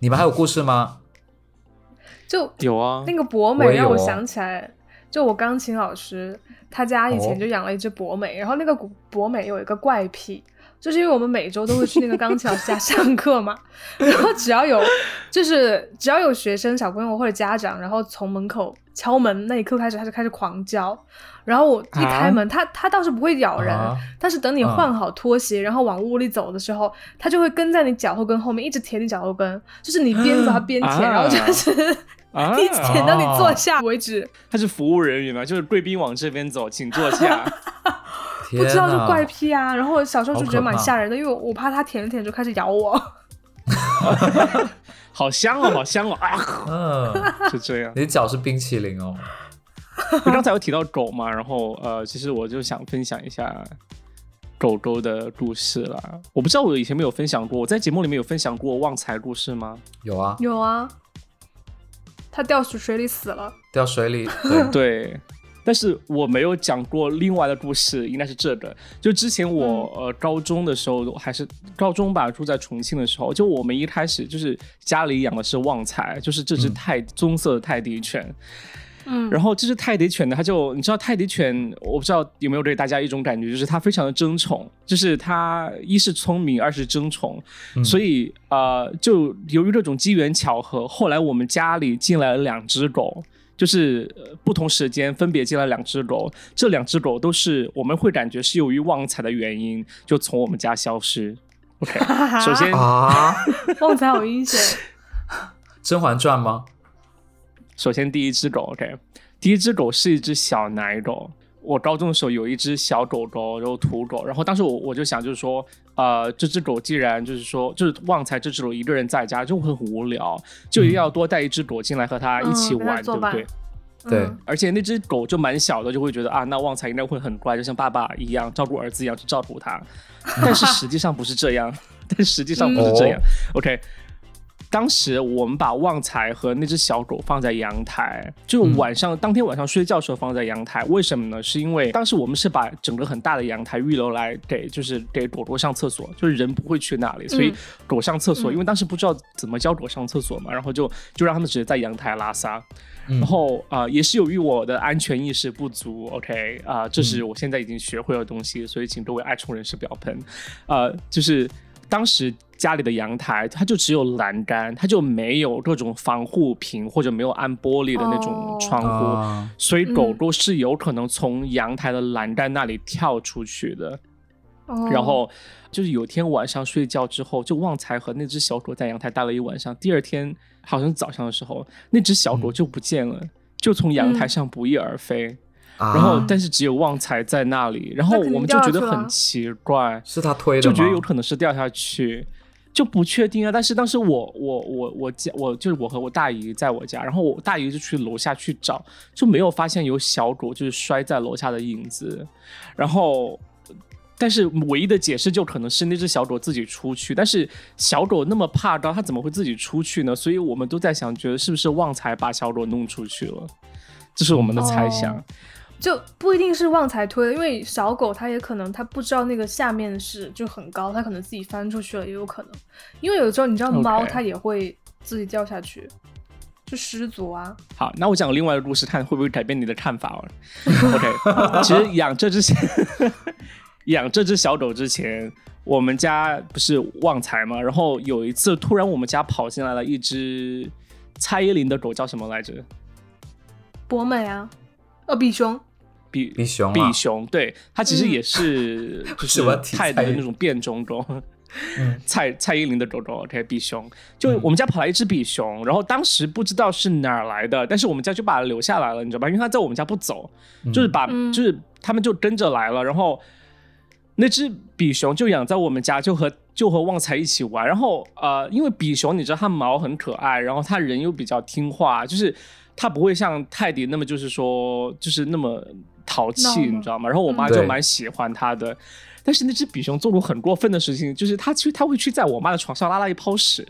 Speaker 3: 你们还有故事吗？
Speaker 2: 就
Speaker 1: 有啊
Speaker 2: 那，个博
Speaker 3: 我
Speaker 2: 美
Speaker 3: 也有
Speaker 2: 让我
Speaker 3: 哦
Speaker 2: 想起来，就我钢琴老师他家以
Speaker 3: 哦
Speaker 2: 前就养了一只博美，然后那个古博美有一个怪癖，就是因为我们每周都会去那个钢琴老师家 上课嘛，然后只要有就是只要有学生小朋友或者家长，然后从门口敲门那一刻开始，他就开始狂叫，然后我一开门，他他倒是不会咬人，
Speaker 3: 啊
Speaker 2: 但是等你
Speaker 3: 嗯
Speaker 2: 换好拖鞋，然后往屋里走的时候，它就会跟在你脚后跟后面，一直舔你脚后跟，就是你边走它边舔，
Speaker 1: 啊
Speaker 2: 然后就是、
Speaker 1: 啊
Speaker 2: 一直舔到你坐下为止。
Speaker 1: 他是服务人员嘛，就是贵宾往这边走，请坐下。
Speaker 3: 天
Speaker 2: 不知道是
Speaker 3: 哪
Speaker 2: 怪癖啊，然后我小时候就
Speaker 3: 好
Speaker 2: 觉得
Speaker 3: 可
Speaker 2: 蛮
Speaker 3: 怕
Speaker 2: 吓人的，因为我我怕它舔着舔着就开始咬我。
Speaker 1: 好香哦，好香哦啊！
Speaker 3: 嗯，
Speaker 1: 是这 样。
Speaker 3: 你的脚是冰淇淋哦。
Speaker 1: 刚才有提到狗嘛，然后呃，其实我就想分享一下狗狗的故事啦。我不知道我以前没有分享过，我在节目里面有分享过旺财故事吗？
Speaker 3: 有啊，
Speaker 2: 有啊，它掉水水里死了。
Speaker 3: 掉水里。对
Speaker 1: 对，但是我没有讲过另外的故事，应该是这个。就之前我、呃高中的时候，还是高中吧，住在重庆的时候，就我们一开始就是家里养的是旺财，就是这只
Speaker 3: 嗯
Speaker 1: 泰、棕色的泰迪犬。
Speaker 2: 嗯，
Speaker 1: 然后这只泰迪犬呢，它就你知道泰迪犬，我不知道有没有给大家一种感觉，就是它非常的争宠，就是它一是聪明，二是争宠，
Speaker 3: 嗯
Speaker 1: 所以呃，就由于这种机缘巧合，后来我们家里进来了两只狗。就是呃不同时间分别进来两只狗，这两只狗都是我们会感觉是由于旺财的原因，就从我们家消失。OK，首先
Speaker 3: 啊，
Speaker 2: 旺仔好阴险，
Speaker 3: 《甄嬛传》吗？
Speaker 1: 首先第一只狗，OK，第一只狗是一只小奶狗。我高中的时候有一只小狗狗，然后土狗，然后当时我我就想就是说，呃，这只狗既然就是说就是旺财这只狗一个人在家就会很无聊，就一定要多带一只狗进来和它一起
Speaker 2: 嗯嗯跟它
Speaker 1: 玩，
Speaker 2: 作
Speaker 1: 对不
Speaker 2: 伴
Speaker 1: 对？
Speaker 3: 对
Speaker 2: 嗯
Speaker 1: 而且那只狗就蛮小的，就会觉得啊，那旺财应该会很乖，就像爸爸一样照顾儿子一样去照顾它。但是实际上不是这样， 但实际上不是这样。OK，当时我们把旺财和那只小狗放在阳台，就晚上、当天晚上睡觉的时候放在阳台。为什么呢？是因为当时我们是把整个很大的阳台预留来给就是给狗狗上厕所，就是人不会去那里，所以
Speaker 2: 嗯
Speaker 1: 狗上厕所，
Speaker 2: 嗯
Speaker 1: 因为当时不知道怎么教狗上厕所嘛，然后就就让他们直接在阳台拉撒。
Speaker 3: 嗯
Speaker 1: 然后啊、呃也是由于我的安全意识不足，OK 啊、这是我现在已经学会的东西，所以请各位爱宠人士不要喷。呃，就是当时家里的阳台，它就只有栏杆，它就没有各种防护屏或者没有安玻璃的那
Speaker 2: 哦
Speaker 1: 种窗户，
Speaker 3: 啊，
Speaker 1: 所以狗
Speaker 2: 嗯
Speaker 1: 狗是有可能从阳台的栏杆那里跳出去的。
Speaker 2: 哦
Speaker 1: 然后就是有一天晚上睡觉之后，就旺财和那只小狗在阳台待了一晚上。第二天好像早上的时候，那只小狗就不见了，就从阳
Speaker 2: 嗯
Speaker 1: 台上不翼而飞。然后
Speaker 3: 啊，
Speaker 1: 但是只有旺财在那里，然后
Speaker 2: 那肯定
Speaker 1: 我们就觉得
Speaker 2: 掉下去了
Speaker 1: 很奇怪，
Speaker 3: 是他推的
Speaker 1: 就
Speaker 3: 吗？
Speaker 1: 觉得有可能是掉下去。就不确定啊，但是当时我我我我家我就是我和我大姨在我家，然后我大姨就去楼下去找，就没有发现有小狗就是摔在楼下的影子，然后，但是唯一的解释就可能是那只小狗自己出去，但是小狗那么怕高，它怎么会自己出去呢？所以我们都在想，觉得是不是旺财把小狗弄出去了，这是我们的猜想。
Speaker 2: 哦就不一定是旺财推的，因为小狗它也可能它不知道那个下面是就很高，它可能自己翻出去了也有可能。因为有时候你知道
Speaker 1: OK
Speaker 2: 猫它也会自己掉下去，就失足啊。
Speaker 1: 好，那我讲另外的故事，看会不会改变你的看法哦。OK，其实养这只小 养这只小狗之前，我们家不是旺财嘛，然后有一次突然我们家跑进来了一只蔡依林的狗，叫什么来着？
Speaker 2: 博美啊，呃，比熊，
Speaker 1: 比
Speaker 3: 比熊
Speaker 1: 比
Speaker 3: 啊，
Speaker 1: 熊，对，它其实也 是就
Speaker 3: 嗯什么
Speaker 1: 是
Speaker 3: 题
Speaker 1: 泰
Speaker 3: 材
Speaker 1: 的那种变种狗
Speaker 3: 嗯，
Speaker 1: 蔡蔡依林的狗狗，OK，比熊。就
Speaker 3: 嗯
Speaker 1: 我们家跑来一只比熊，然后当时不知道是哪儿来的，但是我们家就把它留下来了，你知道吧？因为它在我们家不走，就是把
Speaker 2: 嗯
Speaker 1: 就是他们就跟着来了，然后那只比熊就养在我们家，就和就和旺财一起玩。然后呃，因为比熊你知道它毛很可爱，然后它人又比较听话，就是它不会像泰迪那么就是说就是那么淘气，
Speaker 2: 闹吗
Speaker 1: 你知道吗？然后我妈
Speaker 3: 嗯
Speaker 1: 就
Speaker 3: 对
Speaker 1: 蛮喜欢它的。但是那只比熊做过很过分的事情，就是它去它会去在我妈的床上拉了一泡屎，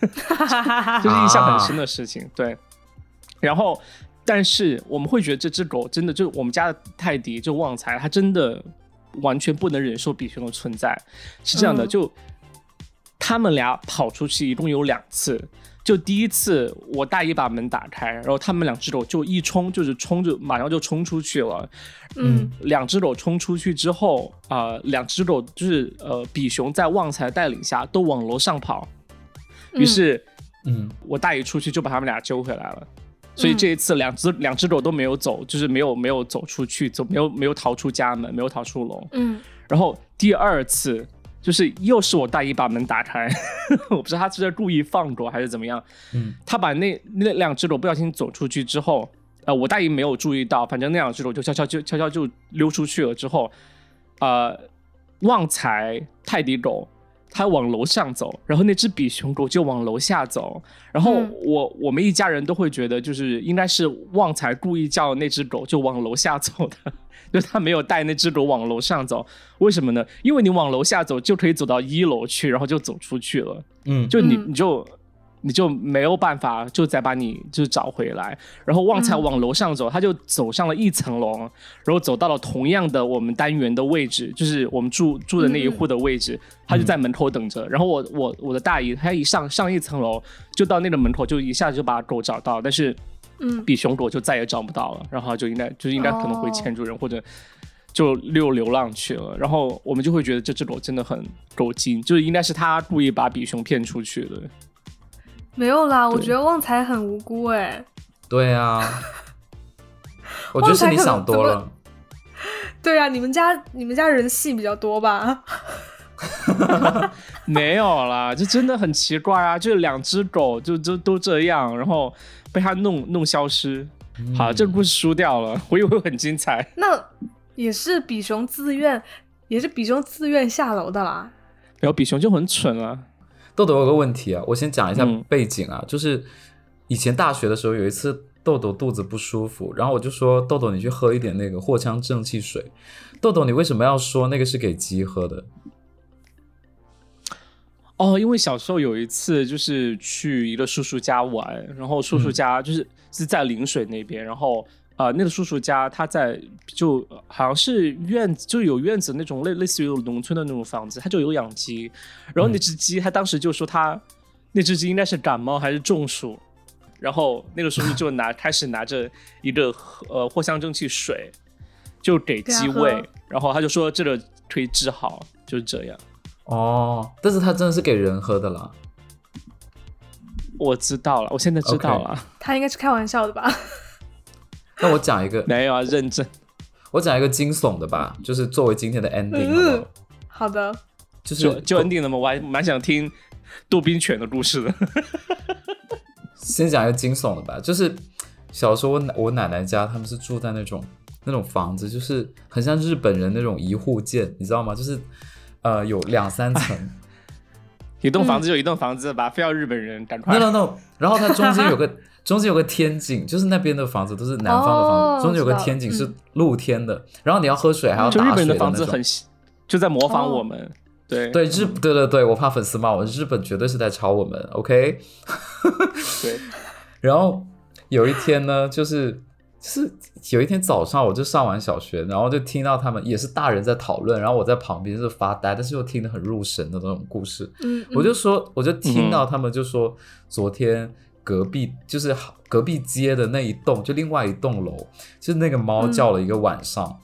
Speaker 1: 就是印象很深的事情。对，然后但是我们会觉得这只狗真的就是我们家的泰迪就旺财，它真的完全不能忍受比熊的存在。是这样的，
Speaker 2: 嗯
Speaker 1: 就他们俩跑出去一共有两次。就第一次，我大姨把门打开，然后他们两只狗就一冲，就是冲着马上就冲出去了。
Speaker 2: 嗯，
Speaker 1: 两只狗冲出去之后，呃，两只狗就是呃，比熊在旺财带领下都往楼上跑，于
Speaker 2: 嗯
Speaker 1: 是
Speaker 3: 嗯，
Speaker 1: 我大姨出去就把他们俩揪回来了。所以
Speaker 2: 嗯
Speaker 1: 这一次两只两只狗都没有走，就是没有没有走出去，走没有没有逃出家门，没有逃出笼。
Speaker 2: 嗯，
Speaker 1: 然后第二次就是又是我大姨把门打开， 我不知道她是在故意放狗还是怎么样。
Speaker 3: 嗯，
Speaker 1: 她把那那两只狗不小心走出去之后，呃，我大姨没有注意到，反正那两只狗就悄悄就悄悄就溜出去了。之后，呃，旺财泰迪狗。它往楼上走，然后那只比熊狗就往楼下走，然后
Speaker 2: 嗯
Speaker 1: 我、我们一家人都会觉得，就是应该是旺财故意叫那只狗就往楼下走的， 就他没有带那只狗往楼上走，为什么呢？因为你往楼下走就可以走到一楼去，然后就走出去了，
Speaker 3: 嗯，
Speaker 1: 就你
Speaker 2: 嗯
Speaker 1: 你就你就没有办法就再把你就找回来。然后旺财
Speaker 2: 嗯
Speaker 1: 往楼上走，他就走上了一层楼，然后走到了同样的我们单元的位置，就是我们住住的那一户
Speaker 2: 嗯
Speaker 1: 的位置，他就在门口等着。然后我我我的大姨，她一上上一层楼就到那个门口，就一下就把狗找到，但是。
Speaker 2: 嗯，
Speaker 1: 比熊狗就再也找不到了，然后就应该就应该可能会
Speaker 2: 哦
Speaker 1: 牵住人、或者就溜流浪去了，然后我们就会觉得这只狗真的很狗精，就是应该是它故意把比熊骗出去 的。
Speaker 2: 没有啦，我
Speaker 1: 对
Speaker 2: 觉得旺财很无辜哎、
Speaker 3: 对啊，我觉得是你想多了。
Speaker 2: 对啊，你们家你们家人戏比较多吧？
Speaker 1: 没有啦，就真的很奇怪啊！就两只狗就就都这样，然后被他弄弄消失。好，这个故事输掉了，我以为很精彩。
Speaker 2: 那也是比熊自愿，也是比熊自愿下楼的啦。
Speaker 1: 然后比熊就很蠢啊，
Speaker 3: 豆豆有个问题啊，我先讲一下
Speaker 1: 嗯
Speaker 3: 背景啊，就是以前大学的时候有一次豆豆肚子不舒服，然后我就说豆豆你去喝一点那个藿香正气水，豆豆你为什么要说那个是给鸡喝的？
Speaker 1: 哦，因为小时候有一次就是去一个叔叔家玩，然后叔叔家就是、是在陵水那边，然后呃那个叔叔家他在就呃好像是院子，就有院子那种类类似于农村的那种房子，他就有养鸡，然后那只鸡他当时就说他那只鸡应该是感冒还是中暑。然后那个叔叔就拿开始拿着一个呃藿香正气水，就给
Speaker 2: 给它
Speaker 1: 鸡
Speaker 2: 喝
Speaker 1: 喂，然后他就说这个可以治好，就是这样。
Speaker 3: 哦，但是它真的是给人喝的啦。
Speaker 1: 我知道了，我现在知道了。
Speaker 2: 他应该是开玩笑的吧？
Speaker 3: 那我讲一个，
Speaker 1: 没有啊，认真。
Speaker 3: 我讲一个惊悚的吧，就是作为今天的 ending，、好不
Speaker 2: 嗯好
Speaker 3: 好，
Speaker 2: 的，
Speaker 3: 就
Speaker 1: 就是就 ending 了吗？我还蛮想听杜宾犬的故事 的。
Speaker 3: 先讲一个惊悚的吧，就是小时候我奶我奶奶家他们是住在那种那种房子，就是很像日本人那种一户建，你知道吗？就是呃有两三层，
Speaker 1: 一栋房子就一栋房子吧，非要日本人赶
Speaker 3: no
Speaker 1: 快
Speaker 3: no no，然后它中间有个 中间有个天井，就是那边的房子都是南方的
Speaker 2: 哦
Speaker 3: 房子，中间有个
Speaker 2: 知道了
Speaker 3: 天井是
Speaker 2: 嗯
Speaker 3: 露天的，然后你要喝水还要
Speaker 1: 就日
Speaker 3: 打
Speaker 1: 本
Speaker 3: 水
Speaker 1: 人的
Speaker 3: 那
Speaker 1: 房子
Speaker 3: 种
Speaker 1: 很就在模仿我
Speaker 2: 哦
Speaker 1: 们。对
Speaker 3: 对日对对对，我怕粉丝骂我，日本绝对是在抄我们，OK？
Speaker 1: 对，
Speaker 3: 然后有一天呢，就是就是有一天早上，我就上完小学，然后就听到他们也是大人在讨论，然后我在旁边就是发呆，但是又听得很入神的那种故事。
Speaker 2: 嗯，嗯
Speaker 3: 我就说，我就听
Speaker 1: 嗯
Speaker 3: 到他们就说，昨天隔壁就是隔壁街的那一栋，就另外一栋楼，就是那个猫
Speaker 2: 嗯
Speaker 3: 叫了一个晚上。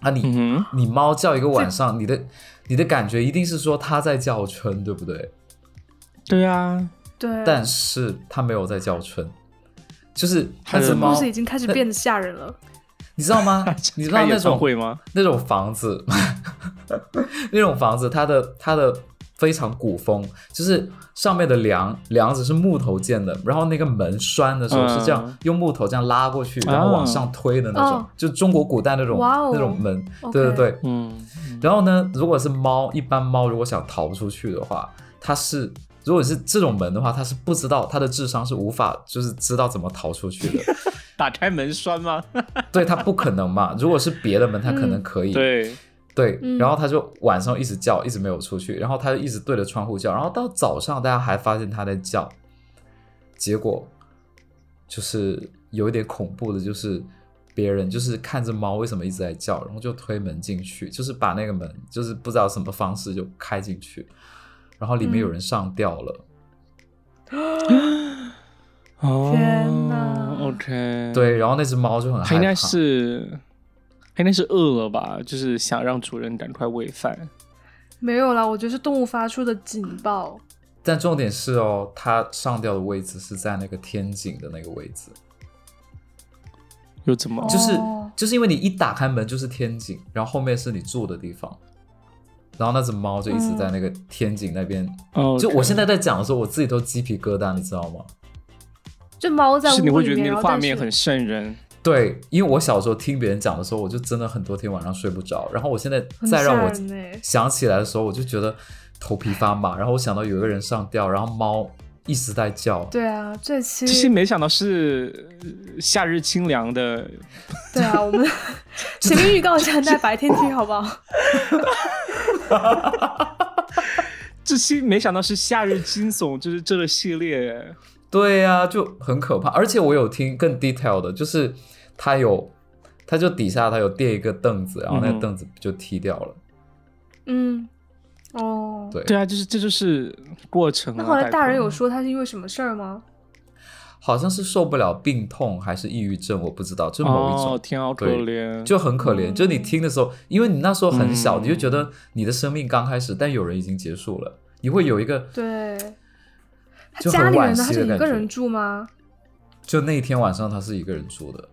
Speaker 3: 啊你，你
Speaker 1: 嗯哼，
Speaker 3: 猫叫一个晚上，你的你的感觉一定是说它在叫春，对不对？
Speaker 1: 对啊，
Speaker 2: 对，
Speaker 3: 但是它没有在叫春，就是
Speaker 1: 它
Speaker 3: 那只
Speaker 1: 的？
Speaker 3: 猫
Speaker 2: 故事已经开始变得吓人了。
Speaker 3: 你知道吗 你知道
Speaker 1: 开
Speaker 3: 那
Speaker 1: 演唱
Speaker 3: 种
Speaker 1: 会吗？
Speaker 3: 那种房子， 那种房子它的它的非常古风，就是上面的梁梁子是木头建的，然后那个门栓的时候
Speaker 1: 嗯
Speaker 3: 是这样、用木头这样拉过去，然后往上推的那种，
Speaker 2: 哦
Speaker 3: 就中国古代那种、
Speaker 2: 哇哦
Speaker 3: 那种门。
Speaker 2: OK
Speaker 3: 对对对。
Speaker 1: 嗯，嗯
Speaker 3: 然后呢，如果是猫，一般猫如果想逃出去的话，它是。如果是这种门的话，它是不知道，它的智商是无法就是知道怎么逃出去的，
Speaker 1: 打开门栓吗？
Speaker 3: 对，它不可能嘛。如果是别的门，它可能
Speaker 2: 嗯
Speaker 3: 可以，
Speaker 1: 对，
Speaker 3: 对，
Speaker 2: 嗯
Speaker 3: 然后他就晚上一直叫，一直没有出去，然后他就一直对着窗户叫，然后到早上大家还发现他在叫，结果就是有一点恐怖的，就是别人就是看着猫为什么一直在叫，然后就推门进去，就是把那个门就是不知道什么方式就开进去，然后里面有人上吊了，
Speaker 1: 哦
Speaker 2: 天哪
Speaker 1: ，OK，，
Speaker 3: 对，然后那只猫就很害
Speaker 1: 它
Speaker 3: 怕，
Speaker 1: 应该是。它应该是饿了吧，就是想让主人赶快喂饭。
Speaker 2: 没有啦，我觉得是动物发出的警报。
Speaker 3: 但重点是哦，它上吊的位置是在那个天井的那个位置，
Speaker 1: 又怎么？
Speaker 3: 就是、
Speaker 2: 哦
Speaker 3: 就是因为你一打开门就是天井，然后后面是你住的地方，然后那只猫就一直
Speaker 2: 嗯
Speaker 3: 在那个天井那边。
Speaker 1: 哦，
Speaker 3: 就我现
Speaker 1: 在
Speaker 3: 在在讲的时候，我自己都鸡皮疙瘩，你知道吗？
Speaker 2: 就猫在
Speaker 1: 是你
Speaker 2: 屋
Speaker 1: 会觉
Speaker 2: 里
Speaker 1: 得那
Speaker 2: 面，然
Speaker 1: 个
Speaker 2: 后
Speaker 1: 画
Speaker 2: 但
Speaker 1: 面
Speaker 2: 是
Speaker 1: 很瘆人。
Speaker 3: 对，因为我小时候听别人讲的时候，我就真的很多天晚上睡不着。然后我现在
Speaker 2: 很
Speaker 3: 再让我
Speaker 2: 吓人欸
Speaker 3: 想起来的时候，我就觉得头皮发麻。然后我想到有一个人上吊，然后猫一直在叫，
Speaker 2: 对啊，这期
Speaker 1: 其实没想到是呃夏日清凉的，
Speaker 2: 对 啊，我们前面预告一下，在白天听好不好？
Speaker 1: 这期没想到是夏日惊悚，就是这个系列。
Speaker 3: 对呀、就很可怕。而且我有听更 detail 的，就是他有，他就底下他有垫一个凳子，然后那
Speaker 1: 嗯
Speaker 3: 个凳子就踢掉了。
Speaker 2: 嗯，哦，
Speaker 3: 对
Speaker 1: 对啊，就是这就是过程、啊。
Speaker 2: 那后来
Speaker 1: 拜托
Speaker 2: 大人有说他是因为什么事儿吗？
Speaker 3: 好像是受不了病痛还是抑郁症，我不知道，就某一种。
Speaker 1: 哦，天好可
Speaker 3: 对
Speaker 1: 怜，
Speaker 3: 就很可怜，
Speaker 2: 嗯
Speaker 3: 就你听的时候，因为你那时候很小，
Speaker 1: 嗯
Speaker 3: 你就觉得你的生命刚开始，但有人已经结束了，你会有一个，
Speaker 2: 对，他
Speaker 3: 就
Speaker 2: 家
Speaker 3: 很
Speaker 2: 里人
Speaker 3: 惋
Speaker 2: 呢？他
Speaker 3: 惜
Speaker 2: 是
Speaker 3: 的
Speaker 2: 一
Speaker 3: 感
Speaker 2: 个
Speaker 3: 觉
Speaker 2: 人。住吗？
Speaker 3: 就那一天晚上，他是一个人住的，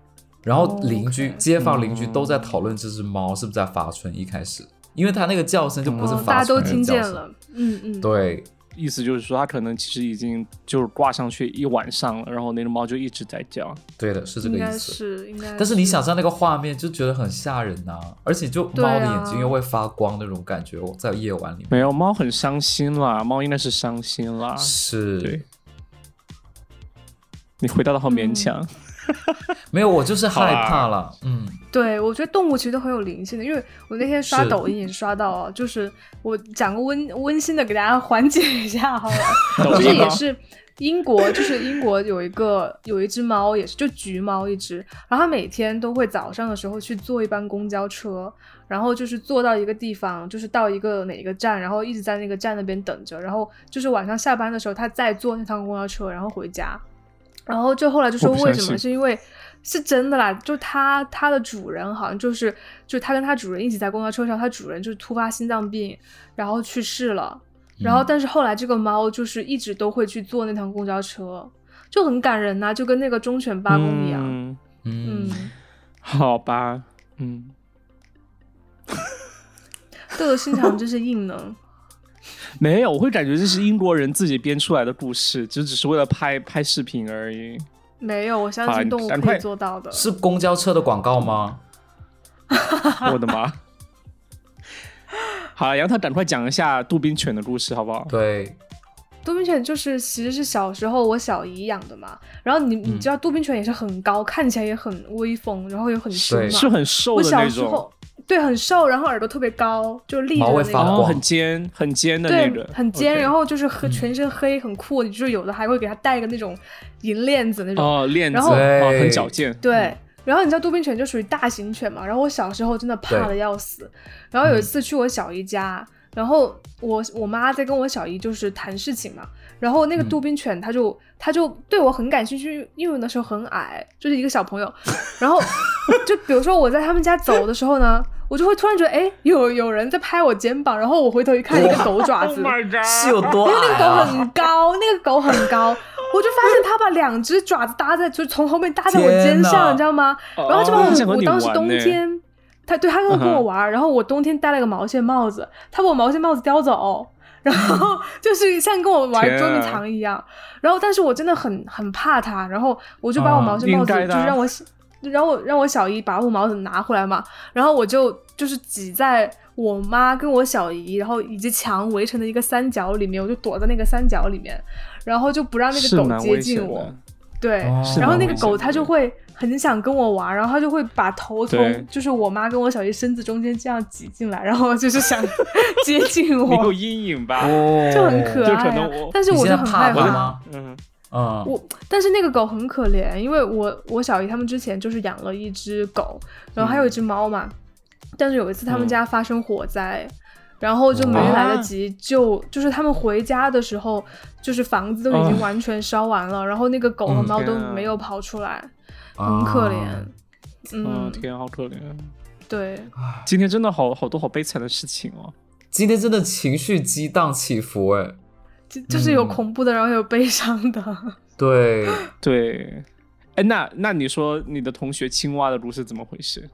Speaker 3: 然后
Speaker 2: 哦
Speaker 3: 邻居、
Speaker 2: ，OK
Speaker 3: 街坊邻居
Speaker 1: 嗯
Speaker 3: 都在讨论这只猫是不是在发春，一开始，因为它那个叫声就不是
Speaker 2: 哦，大
Speaker 3: 发
Speaker 2: 家
Speaker 3: 出
Speaker 2: 都
Speaker 3: 来的
Speaker 2: 听
Speaker 3: 叫
Speaker 2: 见
Speaker 3: 声
Speaker 2: 了，嗯嗯，
Speaker 3: 对，
Speaker 1: 意思就是说，它可能其实已经就是挂上去一晚上了，然后那只猫就一直在叫。
Speaker 3: 对的，是这个
Speaker 2: 应
Speaker 3: 意
Speaker 2: 该
Speaker 3: 思。
Speaker 2: 是应该。
Speaker 3: 但是你想，象那个画面，就觉得很吓人呐、而且就
Speaker 2: 对
Speaker 3: 猫的
Speaker 2: 啊
Speaker 3: 眼睛又会发光那种感觉，我在夜晚里面
Speaker 1: 没有，猫很伤心啦，猫应该是伤心啦。
Speaker 3: 是
Speaker 1: 对，你回答的好勉强。
Speaker 2: 嗯
Speaker 3: 没有，我就是害
Speaker 1: 好啊
Speaker 3: 怕了，嗯，
Speaker 2: 对，我觉得动物其实都很有灵性的，因为我那天刷
Speaker 3: 是
Speaker 2: 抖音也是刷到啊，就是我讲个温温馨的给大家缓解一下 好了。
Speaker 1: 抖
Speaker 2: 就是
Speaker 1: 音
Speaker 2: 也
Speaker 1: 吗？
Speaker 2: 是英国，就是英国有一个有一只猫，也是就橘猫一只，然后它每天都会早上的时候去坐一班公交车，然后就是坐到一个地方，就是到一个哪一个站，然后一直在那个站那边等着，然后就是晚上下班的时候，它再坐那趟公交车，然后回家，然后就后来就说
Speaker 1: 我不
Speaker 2: 为
Speaker 1: 相
Speaker 2: 什
Speaker 1: 信
Speaker 2: 么是因为。是真的啦，就它它的主人好像就是，就它跟它主人一起在公交车上，它主人就是突发心脏病，然后去世了，然后，
Speaker 3: 嗯
Speaker 2: 但是后来这个猫就是一直都会去坐那趟公交车，就很感人呐、就跟那个忠犬八公啊一样。
Speaker 1: 嗯，
Speaker 3: 嗯
Speaker 2: 嗯，
Speaker 1: 好吧，嗯，
Speaker 2: 豆豆心肠真是硬能。
Speaker 1: 没有，我会感觉这是英国人自己编出来的故事，就只是为了拍拍视频而 已。
Speaker 2: 没有，我相
Speaker 1: 好
Speaker 2: 信
Speaker 1: 你
Speaker 2: 动物
Speaker 1: 赶
Speaker 2: 可
Speaker 1: 快
Speaker 2: 以做到的。
Speaker 3: 是公交车的广告吗？
Speaker 1: 我的妈！好了，杨涛，赶快讲一下杜宾犬的故事，好不好？
Speaker 3: 对，
Speaker 2: 杜宾犬就是其实是小时候我小姨养的嘛，然后你
Speaker 1: 嗯
Speaker 2: 你知道杜宾犬也是很高，看起来也很威风，然后也很凶
Speaker 3: 对
Speaker 2: 嘛。
Speaker 1: 是很瘦
Speaker 2: 我
Speaker 1: 的
Speaker 2: 小
Speaker 1: 那
Speaker 2: 时
Speaker 1: 种，
Speaker 2: 候对很瘦，然后耳朵特别高，就立着
Speaker 3: 毛
Speaker 2: 的
Speaker 3: 会
Speaker 2: 那
Speaker 3: 发
Speaker 2: 种
Speaker 1: 然
Speaker 3: 光。
Speaker 1: 后很尖、很尖的那
Speaker 2: 对，
Speaker 1: 个，
Speaker 2: 很尖
Speaker 1: OK
Speaker 2: 然后就是很全身黑，很酷。你就是有的还会给它戴个那种银链子那种。
Speaker 1: 哦，链子
Speaker 2: 然后
Speaker 1: 哦，
Speaker 3: 对
Speaker 1: 很矫健。
Speaker 2: 对，
Speaker 3: 嗯
Speaker 2: 然后你知道杜宾犬就属于大型犬嘛，然后我小时候真的怕
Speaker 3: 对嗯
Speaker 2: 的要死，然后有一次去我小姨家，然后我我妈在跟我小姨就是谈事情嘛，然后那个
Speaker 3: 嗯
Speaker 2: 杜宾犬它就它就对我很感兴趣，因为我那时候很矮，就是一个小朋友，然 后就比如说我在他们家走的时候呢。我就会突然觉得，哎，有有人在拍我肩膀，然后我回头一看，一个
Speaker 3: 哇，Oh
Speaker 2: 狗爪子，
Speaker 3: 是有多
Speaker 2: 因为 那
Speaker 3: 矮
Speaker 2: 个狗
Speaker 3: 啊？
Speaker 2: 很高，那个狗很高，我就发现它把两只爪子搭在，就从后面搭在我
Speaker 3: 天
Speaker 2: 肩
Speaker 3: 哪
Speaker 2: 上，你知道吗？
Speaker 1: 哦
Speaker 2: 然后这帮
Speaker 1: 想
Speaker 2: 我，
Speaker 1: 和
Speaker 2: 我
Speaker 1: 你
Speaker 2: 当时
Speaker 1: 玩
Speaker 2: 冬
Speaker 1: 呢
Speaker 2: 天，它对它跟跟
Speaker 1: 嗯
Speaker 2: 我
Speaker 1: 哼
Speaker 2: 玩儿，然后我冬天戴了个毛线帽子，它把我毛线帽子叼走。然后就是像跟我玩
Speaker 1: 天啊
Speaker 2: 捉迷藏一样，然后但是我真的很很怕它，然后我就把我
Speaker 3: 嗯
Speaker 2: 毛线
Speaker 1: 应
Speaker 2: 帽子
Speaker 1: 该
Speaker 2: 就
Speaker 1: 的
Speaker 2: 是
Speaker 1: 啊
Speaker 2: 让我小，让我让我小姨把我毛子拿回来嘛，然后我就就是挤在我妈跟我小姨，然后以及墙围成的一个三角里面，我就躲在那个三角里面，然后就不让那
Speaker 1: 是
Speaker 2: 个狗
Speaker 1: 蛮
Speaker 2: 接
Speaker 1: 危险
Speaker 2: 近
Speaker 1: 的
Speaker 2: 我。对，
Speaker 3: 哦是
Speaker 2: 然后
Speaker 1: 蛮
Speaker 2: 那
Speaker 1: 危
Speaker 2: 个
Speaker 1: 险
Speaker 2: 狗
Speaker 1: 的
Speaker 2: 它就会很想跟我玩，然后它就会把头
Speaker 1: 对
Speaker 2: 从就是我妈跟我小姨身子中间这样挤进来，然后就 是想接近
Speaker 1: 你有
Speaker 2: 我，
Speaker 1: 阴影吧？
Speaker 3: 哦
Speaker 2: 就很可
Speaker 1: 就可
Speaker 2: 爱、啊
Speaker 1: 能我。
Speaker 2: 但是
Speaker 3: 你
Speaker 2: 我就
Speaker 3: 现在
Speaker 2: 很
Speaker 3: 怕
Speaker 2: 害
Speaker 3: 它
Speaker 2: 怕。
Speaker 3: 吗？
Speaker 1: 嗯，
Speaker 3: 嗯，
Speaker 2: 我但是那个狗很可怜，因为我我小姨他们之前就是养了一只狗，然后还有
Speaker 1: 嗯
Speaker 2: 一只猫嘛。但是有一次他们家发生火灾，然后就
Speaker 3: 哦
Speaker 2: 没来
Speaker 1: 啊
Speaker 2: 得及救，就是他们回家的时候，就是房子都已经
Speaker 1: 啊
Speaker 2: 完全烧完了，然后那个狗和
Speaker 3: 嗯
Speaker 2: 猫都
Speaker 1: 天啊
Speaker 2: 没有跑出来，
Speaker 3: 啊哦
Speaker 2: 很可怜。
Speaker 1: 嗯，
Speaker 2: 嗯，
Speaker 1: 天，好可怜啊。
Speaker 2: 对，
Speaker 1: 今天真的好好多好悲惨的事情哦。
Speaker 3: 今天真的情绪激荡起伏哎，
Speaker 2: 就就是有
Speaker 3: 嗯
Speaker 2: 恐怖的，然后有悲伤的。
Speaker 3: 对，
Speaker 1: 对，哎，那那你说你的同学青蛙的故事怎么回事？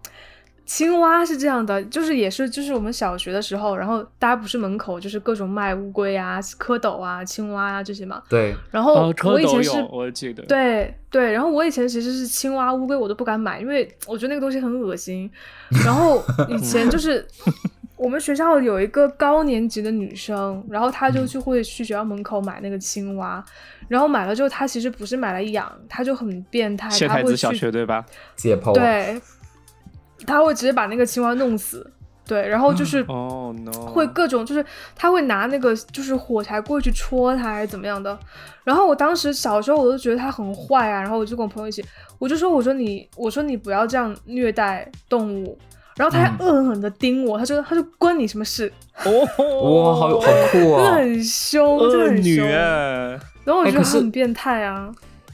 Speaker 2: 青蛙是这样的，就是也是就是我们小学的时候，然后大家不是门口就是各种卖乌龟啊、蝌蚪啊、青蛙啊这些嘛。
Speaker 3: 对，
Speaker 2: 然后
Speaker 1: 哦蝌
Speaker 2: 我以
Speaker 1: 蚪
Speaker 2: 前是、
Speaker 1: 有，我记得。，
Speaker 2: 对对，然后我以前其实是青蛙、乌龟我都不敢买，因为我觉得那个东西很恶心。 然后以前就是 我们学校有一个高年级的女生，然后她就去会去学校门口买那个青蛙，然后买了之后她其实不是买来养，她就很变态，
Speaker 1: 谢
Speaker 2: 她
Speaker 1: 太
Speaker 2: 会
Speaker 1: 子小
Speaker 2: 去
Speaker 1: 学对吧？
Speaker 3: 解剖，，
Speaker 2: 对，他会直接把那个青蛙弄死。对，然后就是
Speaker 1: 哦、no，
Speaker 3: 嗯
Speaker 2: 会各种，就是他会拿那个就是火柴棍去戳它，还是怎么样的。然后我当时小时候我都觉得它很坏啊，然后我就跟我朋友一起，我就说我说你我说你不要这样虐待动物。然后他还
Speaker 3: 嗯
Speaker 2: 恶狠狠的盯我，他说他说关你什么事，
Speaker 1: 哦，
Speaker 3: 哇，好好酷
Speaker 2: 真的
Speaker 3: 哦！
Speaker 2: 很凶，真的
Speaker 1: 恶
Speaker 2: 很
Speaker 1: 女
Speaker 2: 凶。
Speaker 1: 哎，
Speaker 2: 然后我
Speaker 3: 哎
Speaker 2: 觉得
Speaker 3: 可是
Speaker 2: 很变态啊。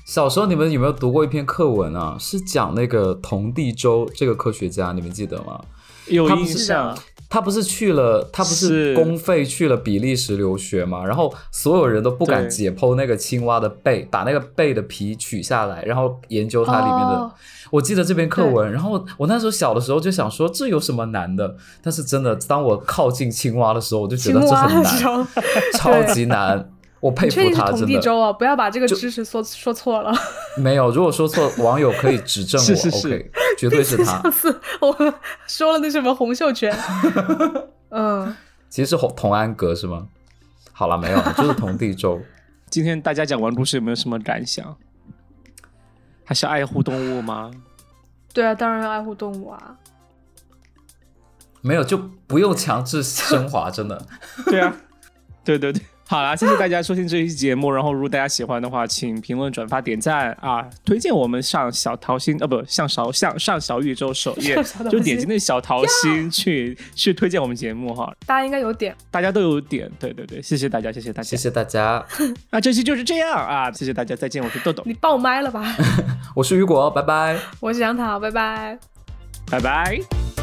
Speaker 3: 小时候你们有没有读过一篇课文啊？是讲那个童第周这个科学家，你们记得吗？
Speaker 1: 有
Speaker 3: 他不
Speaker 1: 印
Speaker 3: 是
Speaker 1: 象。
Speaker 3: 他不是去了，他不
Speaker 1: 是
Speaker 3: 是公费去了比利时留学嘛？然后所有人都不敢
Speaker 1: 对
Speaker 3: 解剖那个青蛙的背，把那个背的皮取下来，然后研究它里面的。
Speaker 2: 哦
Speaker 3: 我记得这篇课
Speaker 2: 对
Speaker 3: 文，然后我那时候小的时候就想说这有什么难的？但是真的，当我靠近青蛙的时候，我就觉
Speaker 2: 青
Speaker 3: 得这
Speaker 2: 蛙
Speaker 3: 很
Speaker 2: 的时
Speaker 3: 难，
Speaker 2: 候，
Speaker 3: 超级难。我佩
Speaker 2: 你确
Speaker 3: 服
Speaker 2: 定是
Speaker 3: 他，
Speaker 2: 同
Speaker 3: 真
Speaker 2: 地
Speaker 3: 的
Speaker 2: 州啊？不要把这个知识说说错了。
Speaker 3: 没有。如果说错，网友可以指正我。
Speaker 1: 是是是
Speaker 3: OK，绝对是 他。
Speaker 2: 上次我们说了那什么洪秀 全，嗯，
Speaker 3: 其实是同同安格是吗？好了，没有，就是同地州。
Speaker 1: 今天大家讲完故事有没有什么感想？还是爱护动物吗？
Speaker 2: 对啊，当然要爱护动物啊。
Speaker 3: 没有，就不用强制升华，真的。
Speaker 1: 对啊，对对对。好啦，谢谢大家收听这期节目。然后，如果大家喜欢的话，请评论、转发、点赞啊！推荐我们上小桃心，呃，不，上小上上小宇宙首页
Speaker 2: 上小，桃
Speaker 1: 就点击
Speaker 2: 心
Speaker 1: 那小桃心去去推荐我们节目哈。
Speaker 2: 大家应该有点
Speaker 1: 大家都有点，对对对，谢谢大家，谢谢大家。
Speaker 3: 谢谢大家，
Speaker 1: 那这期就是这样啊，谢谢大家，再见，我是豆豆，
Speaker 2: 你爆麦了吧？
Speaker 3: 我是雨果，拜拜。
Speaker 2: 我是杨桃，拜拜。
Speaker 1: 拜拜。